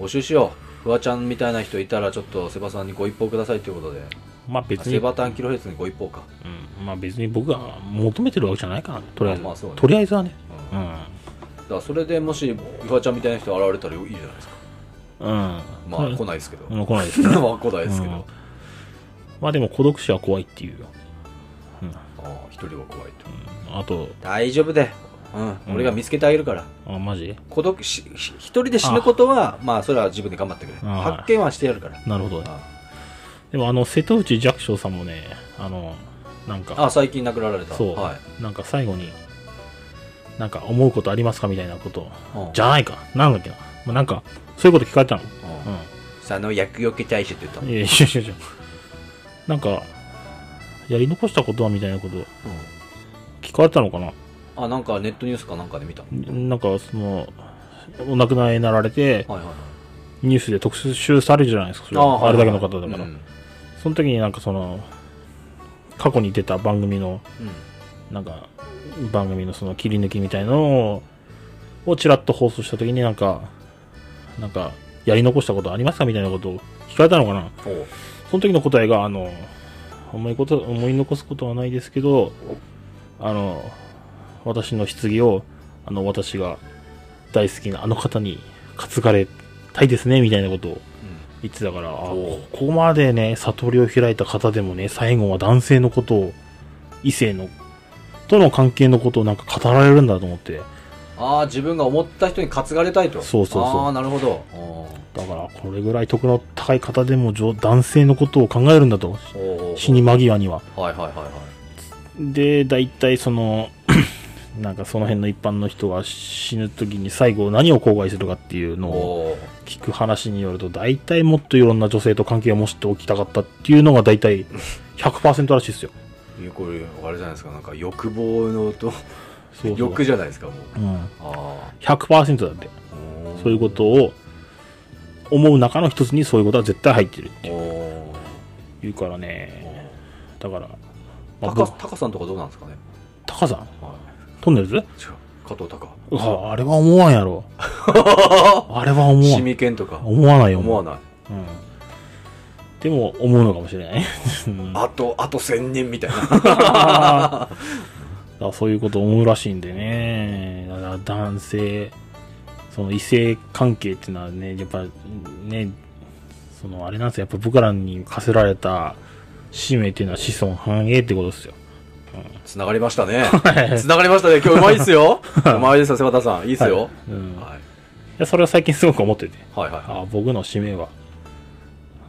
[SPEAKER 2] 募集しようフワちゃんみたいな人いたらちょっとセバさんにご一報くださいということで
[SPEAKER 1] まあ別に、
[SPEAKER 2] セ
[SPEAKER 1] う
[SPEAKER 2] バタンキロヘルツにご一報か、
[SPEAKER 1] ん、まあ別に僕が求めてるわけじゃないからね、とりあえず。
[SPEAKER 2] まあまあそうね
[SPEAKER 1] とりあえずはね。
[SPEAKER 2] うん
[SPEAKER 1] う
[SPEAKER 2] だ
[SPEAKER 1] ん。
[SPEAKER 2] からそれでもしフワちゃんみたいな人現れたらいいじゃないですか
[SPEAKER 1] うん。
[SPEAKER 2] ま
[SPEAKER 1] こ
[SPEAKER 2] あ
[SPEAKER 1] れ
[SPEAKER 2] 来ないですけど、
[SPEAKER 1] うん、来ないですね。
[SPEAKER 2] まあ来ないですけど、
[SPEAKER 1] うんまあでも孤独死は怖いっていうよ。
[SPEAKER 2] ああ一人は怖いと
[SPEAKER 1] うんあと、
[SPEAKER 2] 大丈夫で、うん
[SPEAKER 1] うん
[SPEAKER 2] 俺が見つけてあげるから
[SPEAKER 1] あ、マジ
[SPEAKER 2] 孤独しひ一人で死ぬことはまあそれは自分で頑張ってくれ
[SPEAKER 1] ああ
[SPEAKER 2] 発見はしてやるから
[SPEAKER 1] なるほどね。
[SPEAKER 2] あ
[SPEAKER 1] でもあの、瀬戸内寂聴さんもね、あの、なんか、
[SPEAKER 2] あ最近亡くなられた
[SPEAKER 1] そう、
[SPEAKER 2] はい
[SPEAKER 1] なんか最後に、なんか思うことありますかみたいなことを
[SPEAKER 2] うん
[SPEAKER 1] じゃないか。なんだっけな。まあ、なんか、そういうこと聞かれたの。
[SPEAKER 2] うん
[SPEAKER 1] う
[SPEAKER 2] 佐野薬よけ大使って言った
[SPEAKER 1] ん。いやいやいやいやなんか、やり残したことはみたいなこと聞かれたのかな。
[SPEAKER 2] あなんかネットニュースかなんかで見た
[SPEAKER 1] なんか、その、お亡くなりになられて、
[SPEAKER 2] はいはいはい
[SPEAKER 1] ニュースで特集されるじゃないですか。それ
[SPEAKER 2] あはい
[SPEAKER 1] あれだけ
[SPEAKER 2] は
[SPEAKER 1] の
[SPEAKER 2] い
[SPEAKER 1] 方だから。
[SPEAKER 2] うん
[SPEAKER 1] その時になんかその、過去に出た番組の、なんか、番組のその切り抜きみたいのを、をちらっと放送した時になんか、なんか、やり残したことありますかみたいなことを聞かれたのかな。
[SPEAKER 2] うんおう
[SPEAKER 1] その時の答えが、あの、思いこと思い残すことはないですけど、あの、私の棺を、あの、私が大好きなあの方に担がれたいですね、みたいなことを言ってたから、あ
[SPEAKER 2] おう
[SPEAKER 1] ここまでね、悟りを開いた方でもね、最後は男性のことを、異性の、との関係のことをなんか語られるんだと思って、
[SPEAKER 2] ああ自分が思った人に担がれたいと
[SPEAKER 1] そうそうそう
[SPEAKER 2] ああなるほどお
[SPEAKER 1] だから、これぐらい得の高い方でも女男性のことを考えるんだと、
[SPEAKER 2] うおう
[SPEAKER 1] 死に間際には。
[SPEAKER 2] はいはいはいはい
[SPEAKER 1] で大体その なんかその辺の一般の人が死ぬ時に最後何を口外するかっていうのを
[SPEAKER 2] おう
[SPEAKER 1] 聞く話によると大体もっといろんな女性と関係を持っておきたかったっていうのが大体100%らしいですよ
[SPEAKER 2] いやこれあれじゃないですかなんか欲望の音
[SPEAKER 1] そうそう、
[SPEAKER 2] 欲じゃないですかもう
[SPEAKER 1] うん、
[SPEAKER 2] あ
[SPEAKER 1] 100%だって
[SPEAKER 2] あお
[SPEAKER 1] そういうことを思う中の一つにそういうことは絶対入ってるって
[SPEAKER 2] おお
[SPEAKER 1] いうからねだから、まあ、
[SPEAKER 2] 高
[SPEAKER 1] 僕
[SPEAKER 2] 高さんとかどうなんですかね
[SPEAKER 1] 高さん
[SPEAKER 2] は
[SPEAKER 1] トンネルズ
[SPEAKER 2] い違う加藤隆
[SPEAKER 1] ああれは思わんや ろあれは思わ
[SPEAKER 2] シ
[SPEAKER 1] ん
[SPEAKER 2] ミケンとか
[SPEAKER 1] 思わないよ
[SPEAKER 2] 思わない
[SPEAKER 1] うんでも思うのかもしれない ねうんだか
[SPEAKER 2] あとあと千人みたいな
[SPEAKER 1] らそういうこと思うらしいんでねだから男性その異性関係っていうのはねやっぱねそのあれなんですよやっぱ僕らに課せられた使命っていうのは子孫繁栄ってことですよ
[SPEAKER 2] つながりましたねつながりましたね今日うまいっすようまいですよ瀬端さんいいっすよ、
[SPEAKER 1] はいうん
[SPEAKER 2] はい
[SPEAKER 1] やそれは最近すごく思ってて
[SPEAKER 2] い、はいはいはい
[SPEAKER 1] ああ僕の使命は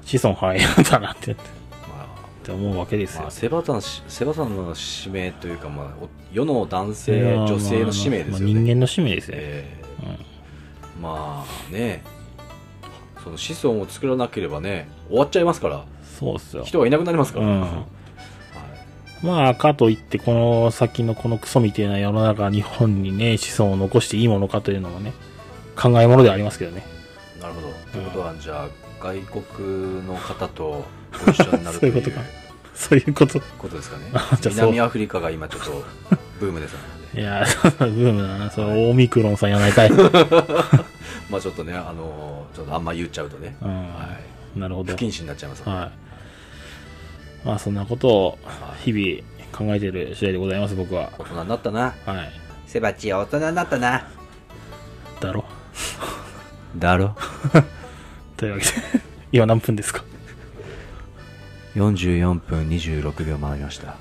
[SPEAKER 1] 子孫繁栄なんだなってっ
[SPEAKER 2] ま
[SPEAKER 1] て思うわけです
[SPEAKER 2] あ、ま
[SPEAKER 1] よ
[SPEAKER 2] あ、セバタンしセバタンの使命というか、まあ、お世の男性女性の使命ですよね、
[SPEAKER 1] まあ人間の使命ですね、
[SPEAKER 2] え
[SPEAKER 1] う
[SPEAKER 2] ー
[SPEAKER 1] ん
[SPEAKER 2] まあねその子孫を作らなければね終わっちゃいますから
[SPEAKER 1] そうっすよ
[SPEAKER 2] 人がいなくなりますから、
[SPEAKER 1] うん
[SPEAKER 2] はい
[SPEAKER 1] まあ、かといって、この先のこのクソみたいな世の中、日本にね、子孫を残していいものかというのもね、考えものではありますけどね。
[SPEAKER 2] なるほどということはじゃあ外国の方とご一緒になると
[SPEAKER 1] そう
[SPEAKER 2] い
[SPEAKER 1] いううことかそういうこと。
[SPEAKER 2] ことですかね
[SPEAKER 1] じゃあそう
[SPEAKER 2] 南アフリカが今ちょっとブームですので
[SPEAKER 1] いや、ブームだな。それ、オミクロンさんやない かい。
[SPEAKER 2] まあちょっとね、あのーちょっとあんま言っちゃうとね、
[SPEAKER 1] うん
[SPEAKER 2] はい、
[SPEAKER 1] なるほど。
[SPEAKER 2] 不
[SPEAKER 1] はい。
[SPEAKER 2] 謹慎になっちゃいます、
[SPEAKER 1] まあ、そんなことを
[SPEAKER 2] は、い
[SPEAKER 1] 日々考えている次第でございます、僕は。
[SPEAKER 2] 大人になったな。
[SPEAKER 1] はい。
[SPEAKER 2] セバチ大人になったな。
[SPEAKER 1] だろ。
[SPEAKER 2] だろ。
[SPEAKER 1] というわけで、 今何分ですか
[SPEAKER 2] 44分26秒回りました。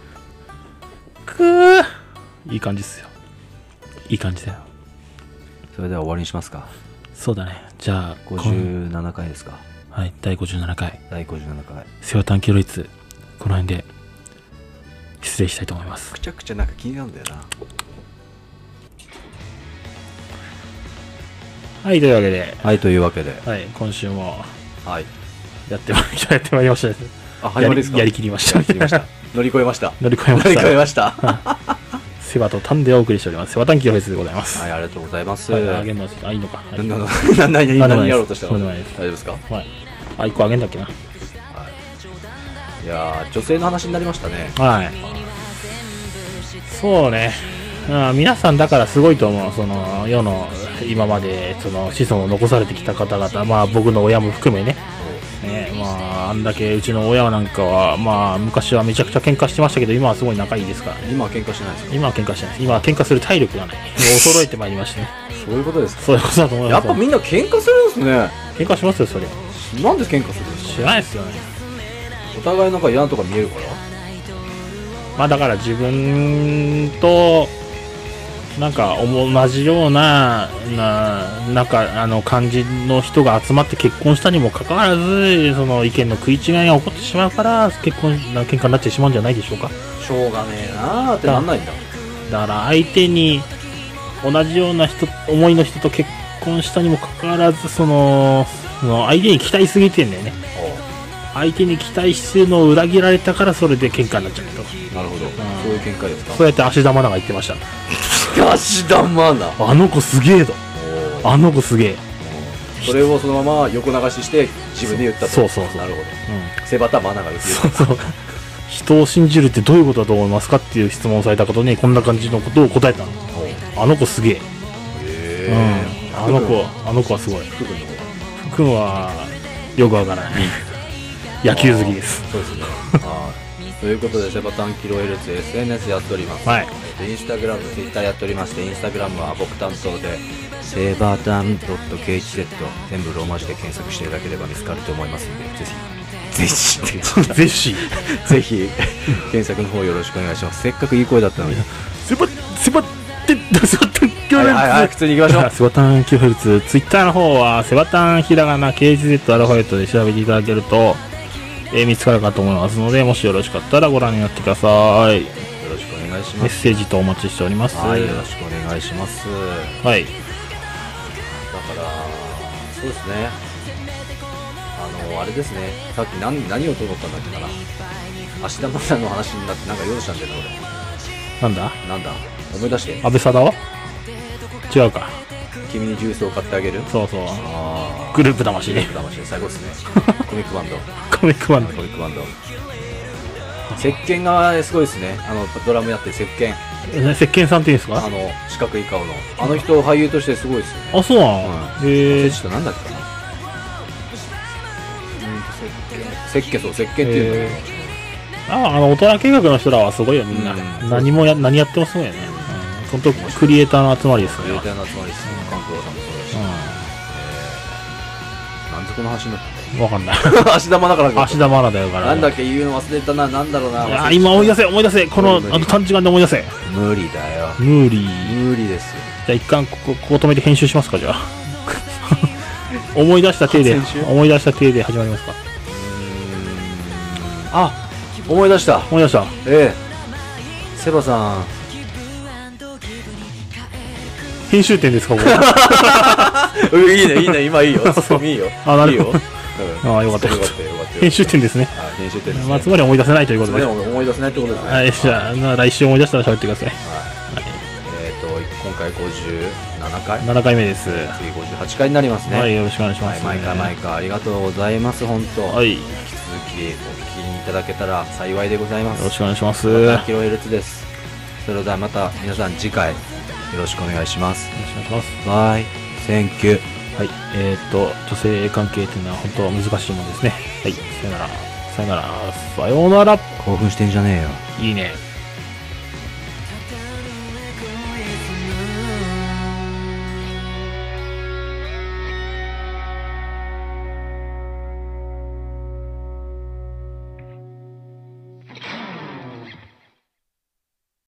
[SPEAKER 1] くーいい感じっすよ。いい感じだよ。
[SPEAKER 2] それでは終わりにしますか。
[SPEAKER 1] そうだね。じゃあ、こん
[SPEAKER 2] 57回ですか。
[SPEAKER 1] はい、第57回。
[SPEAKER 2] 第57回。
[SPEAKER 1] セワタンキロイツこの辺で失礼したいと思います
[SPEAKER 2] くちゃくちゃなんか気になるんだよな
[SPEAKER 1] はいというわけで、
[SPEAKER 2] はいというわけで
[SPEAKER 1] はい、今週も
[SPEAKER 2] はい
[SPEAKER 1] やってまやってまいりましたね
[SPEAKER 2] あ始まりですか
[SPEAKER 1] やりやりきりました
[SPEAKER 2] やりきりました乗り越えました
[SPEAKER 1] 乗り越えま
[SPEAKER 2] 乗り
[SPEAKER 1] し
[SPEAKER 2] 越え
[SPEAKER 1] た
[SPEAKER 2] ましたは
[SPEAKER 1] セバとタンでお送りしておりますセバタンキロフェスでございます、
[SPEAKER 2] いありがとうございます、
[SPEAKER 1] はい、あげますあいいのか、はい
[SPEAKER 2] ななな何
[SPEAKER 1] なんでもないです
[SPEAKER 2] 何やろうとしたの
[SPEAKER 1] そうでも
[SPEAKER 2] 大
[SPEAKER 1] ないです
[SPEAKER 2] 丈夫ですか
[SPEAKER 1] はい、あ一個あげんだっけない
[SPEAKER 2] やー女性の話になりましたね
[SPEAKER 1] はいそうねうん皆さんだからすごいと思うその世の今までその子孫を残されてきた方々まあ僕の親も含めねねまああんだけうちの親なんかはまあ昔はめちゃくちゃ喧嘩してましたけど今はすごい仲いいですからね
[SPEAKER 2] 今は喧嘩してないですか
[SPEAKER 1] 今は喧嘩してないです今は喧嘩する体力がないもう衰えてまいりましてね
[SPEAKER 2] そういうことですか
[SPEAKER 1] そういうことだと思い
[SPEAKER 2] や
[SPEAKER 1] ま
[SPEAKER 2] っ
[SPEAKER 1] す
[SPEAKER 2] ぱみんな喧嘩するんですね
[SPEAKER 1] 喧嘩しますよそれ
[SPEAKER 2] なんで喧嘩するんです
[SPEAKER 1] し
[SPEAKER 2] か
[SPEAKER 1] ないですよね
[SPEAKER 2] お互いなんか嫌なとこ見えるから
[SPEAKER 1] まあだから自分となんか同じようなななんかあの感じの人が集まって結婚したにもかかわらずその意見の食い違いが起こってしまうから結婚な喧嘩になってしまうんじゃないでしょうか
[SPEAKER 2] しょうがねえなーってなんないんだ
[SPEAKER 1] だから相手に同じような人思いの人と結婚したにもかかわらずそのその相手に期待しすぎてんだよね相手に期待してるのを裏切られたからそれで喧嘩になっちゃうと
[SPEAKER 2] おうなるほどそういう見解ですか
[SPEAKER 1] そうやって芦田愛菜が言ってました
[SPEAKER 2] しかしだまな
[SPEAKER 1] あの子すげえとあの子すげえ
[SPEAKER 2] それをそのまま横流しして自分で言ったと
[SPEAKER 1] そうそうそう
[SPEAKER 2] なるほど
[SPEAKER 1] うん
[SPEAKER 2] セバタマナが言って
[SPEAKER 1] そうそう。人を信じるってどういうことだと思いますかっていう質問をされたことに、こんな感じのことを答えたの。あの子すげえ。
[SPEAKER 2] へ
[SPEAKER 1] うん。あの子、あの子はすごい。
[SPEAKER 2] 福君の方
[SPEAKER 1] ふくんは、よくわからない。野球好きです。
[SPEAKER 2] そうですねはいということでセバタンキロヘルツ SNS やっております
[SPEAKER 1] はい。
[SPEAKER 2] インスタグラム、ツイッターやっておりまして、インスタグラムは僕担当で、
[SPEAKER 3] セーバータン
[SPEAKER 2] .khz、全部ローマ字で検索していただければ見つかると思いますので、ぜひ、ぜ
[SPEAKER 1] ぜひ、
[SPEAKER 2] ひ、ぜひ、検索の方よろしくお願いします。せっかくいい声だったのに。
[SPEAKER 1] セバ、セバって、セバタンキロ
[SPEAKER 2] は
[SPEAKER 1] ヘ
[SPEAKER 2] い
[SPEAKER 1] ル
[SPEAKER 2] はいはい、
[SPEAKER 1] ツ。
[SPEAKER 2] 普通に行きましょう。
[SPEAKER 1] セバタンキロヘルツ。ツイッターの方は、セバタンひらがな KGZ アルファベットで調べていただけると、えー見つかるかと思いますので、もしよろしかったらご覧になってくださ
[SPEAKER 2] よ
[SPEAKER 1] い。
[SPEAKER 2] ろしくお願いし
[SPEAKER 1] メ
[SPEAKER 2] ま
[SPEAKER 1] ッ
[SPEAKER 2] す。
[SPEAKER 1] セージとお待ちしております。
[SPEAKER 2] はい、よろしくお願いします。だ
[SPEAKER 1] はい。
[SPEAKER 2] から、そうですね。あの、あれですね。さっき何何を取ろうと思ったんだっけかな。芦田愛菜の話になって、なんか用意したんだよね、
[SPEAKER 1] なんだ
[SPEAKER 2] 俺。なんだ思い出して。
[SPEAKER 1] 安倍貞は違うか。
[SPEAKER 2] 君にジュースを買ってあげる
[SPEAKER 1] そうそう。
[SPEAKER 2] ああ
[SPEAKER 1] グループ
[SPEAKER 2] ジ
[SPEAKER 1] 魂
[SPEAKER 2] ェ
[SPEAKER 1] ね
[SPEAKER 2] イ。ク魂最高ですねコミックバンド
[SPEAKER 1] コミックバンド
[SPEAKER 2] コ。ミックバンド石鹸がすごいですねあのドラムやってる石鹸
[SPEAKER 1] え石鹸さんっていうんです
[SPEAKER 2] あ
[SPEAKER 1] か
[SPEAKER 2] の四角い顔のあの人俳優としてすごいですよね
[SPEAKER 1] あ、そうなのへ
[SPEAKER 2] え
[SPEAKER 1] え
[SPEAKER 2] ちょっとなんだっけかな石鹸そう石鹸っていうの
[SPEAKER 1] あ、あの、大人計画の人らはすごいよ、みんな
[SPEAKER 2] うん。
[SPEAKER 1] 何もや、何やってもそうやね。うん。本当クリエイターの集まりですよ
[SPEAKER 2] 幽
[SPEAKER 1] ね。
[SPEAKER 2] 体の集まりですね関東さんもそうだしなんでこの話になっ
[SPEAKER 1] うん。わかんない。
[SPEAKER 2] たの足玉だからか
[SPEAKER 1] 芦田愛菜だよから。
[SPEAKER 2] なんだっけ言うの忘れたななんだろうない
[SPEAKER 1] や今思い出せ、思い出せ。この、あと短時間で思い出せ。
[SPEAKER 2] 無理だよ
[SPEAKER 1] ムーリー。
[SPEAKER 2] 無理ですよ
[SPEAKER 1] じゃあ一旦ここ、ここ止めて編集しますか、じゃあ。 思い出した手で
[SPEAKER 2] 編集、
[SPEAKER 1] 思い出した手で始まりますか。
[SPEAKER 2] あ思い出した
[SPEAKER 1] 思い出した。
[SPEAKER 2] ええセバさん
[SPEAKER 1] 編集点ですか、こ れ。
[SPEAKER 2] うんいいねいいね今い いよツッコミいいよ
[SPEAKER 1] あなる
[SPEAKER 2] いいよ、
[SPEAKER 1] ああよかった
[SPEAKER 2] よかったよかった
[SPEAKER 1] 編集点ですね。
[SPEAKER 2] あ編集点ですね
[SPEAKER 1] まあ、つまり思い出せないということで。
[SPEAKER 2] でも思い出せないってことですね
[SPEAKER 1] はい、じゃあ、まあ来週思い出したら喋ってください。
[SPEAKER 2] えっ、と今回57回
[SPEAKER 1] 7回目です。
[SPEAKER 2] 次58回になりますね、
[SPEAKER 1] はい、よろしくお願いしま
[SPEAKER 2] はい
[SPEAKER 1] す。
[SPEAKER 2] 毎回毎回ありがとうございます本当、
[SPEAKER 1] はい、よ
[SPEAKER 2] 引き続きお聞きにいただけたら幸いでございます
[SPEAKER 1] ろしくお願いします。よ
[SPEAKER 2] ま
[SPEAKER 1] ろ
[SPEAKER 2] たキロエルツですそれではまた皆さん次回よろしくお願いします
[SPEAKER 1] しくお願いします。
[SPEAKER 2] バイセンキュー
[SPEAKER 1] はい、えーっと、女性関係っていうのは本当は難しいもんですね。はい、さよなら。さよなら。さようなら。
[SPEAKER 3] 興奮してんじゃねえよ
[SPEAKER 1] いいね。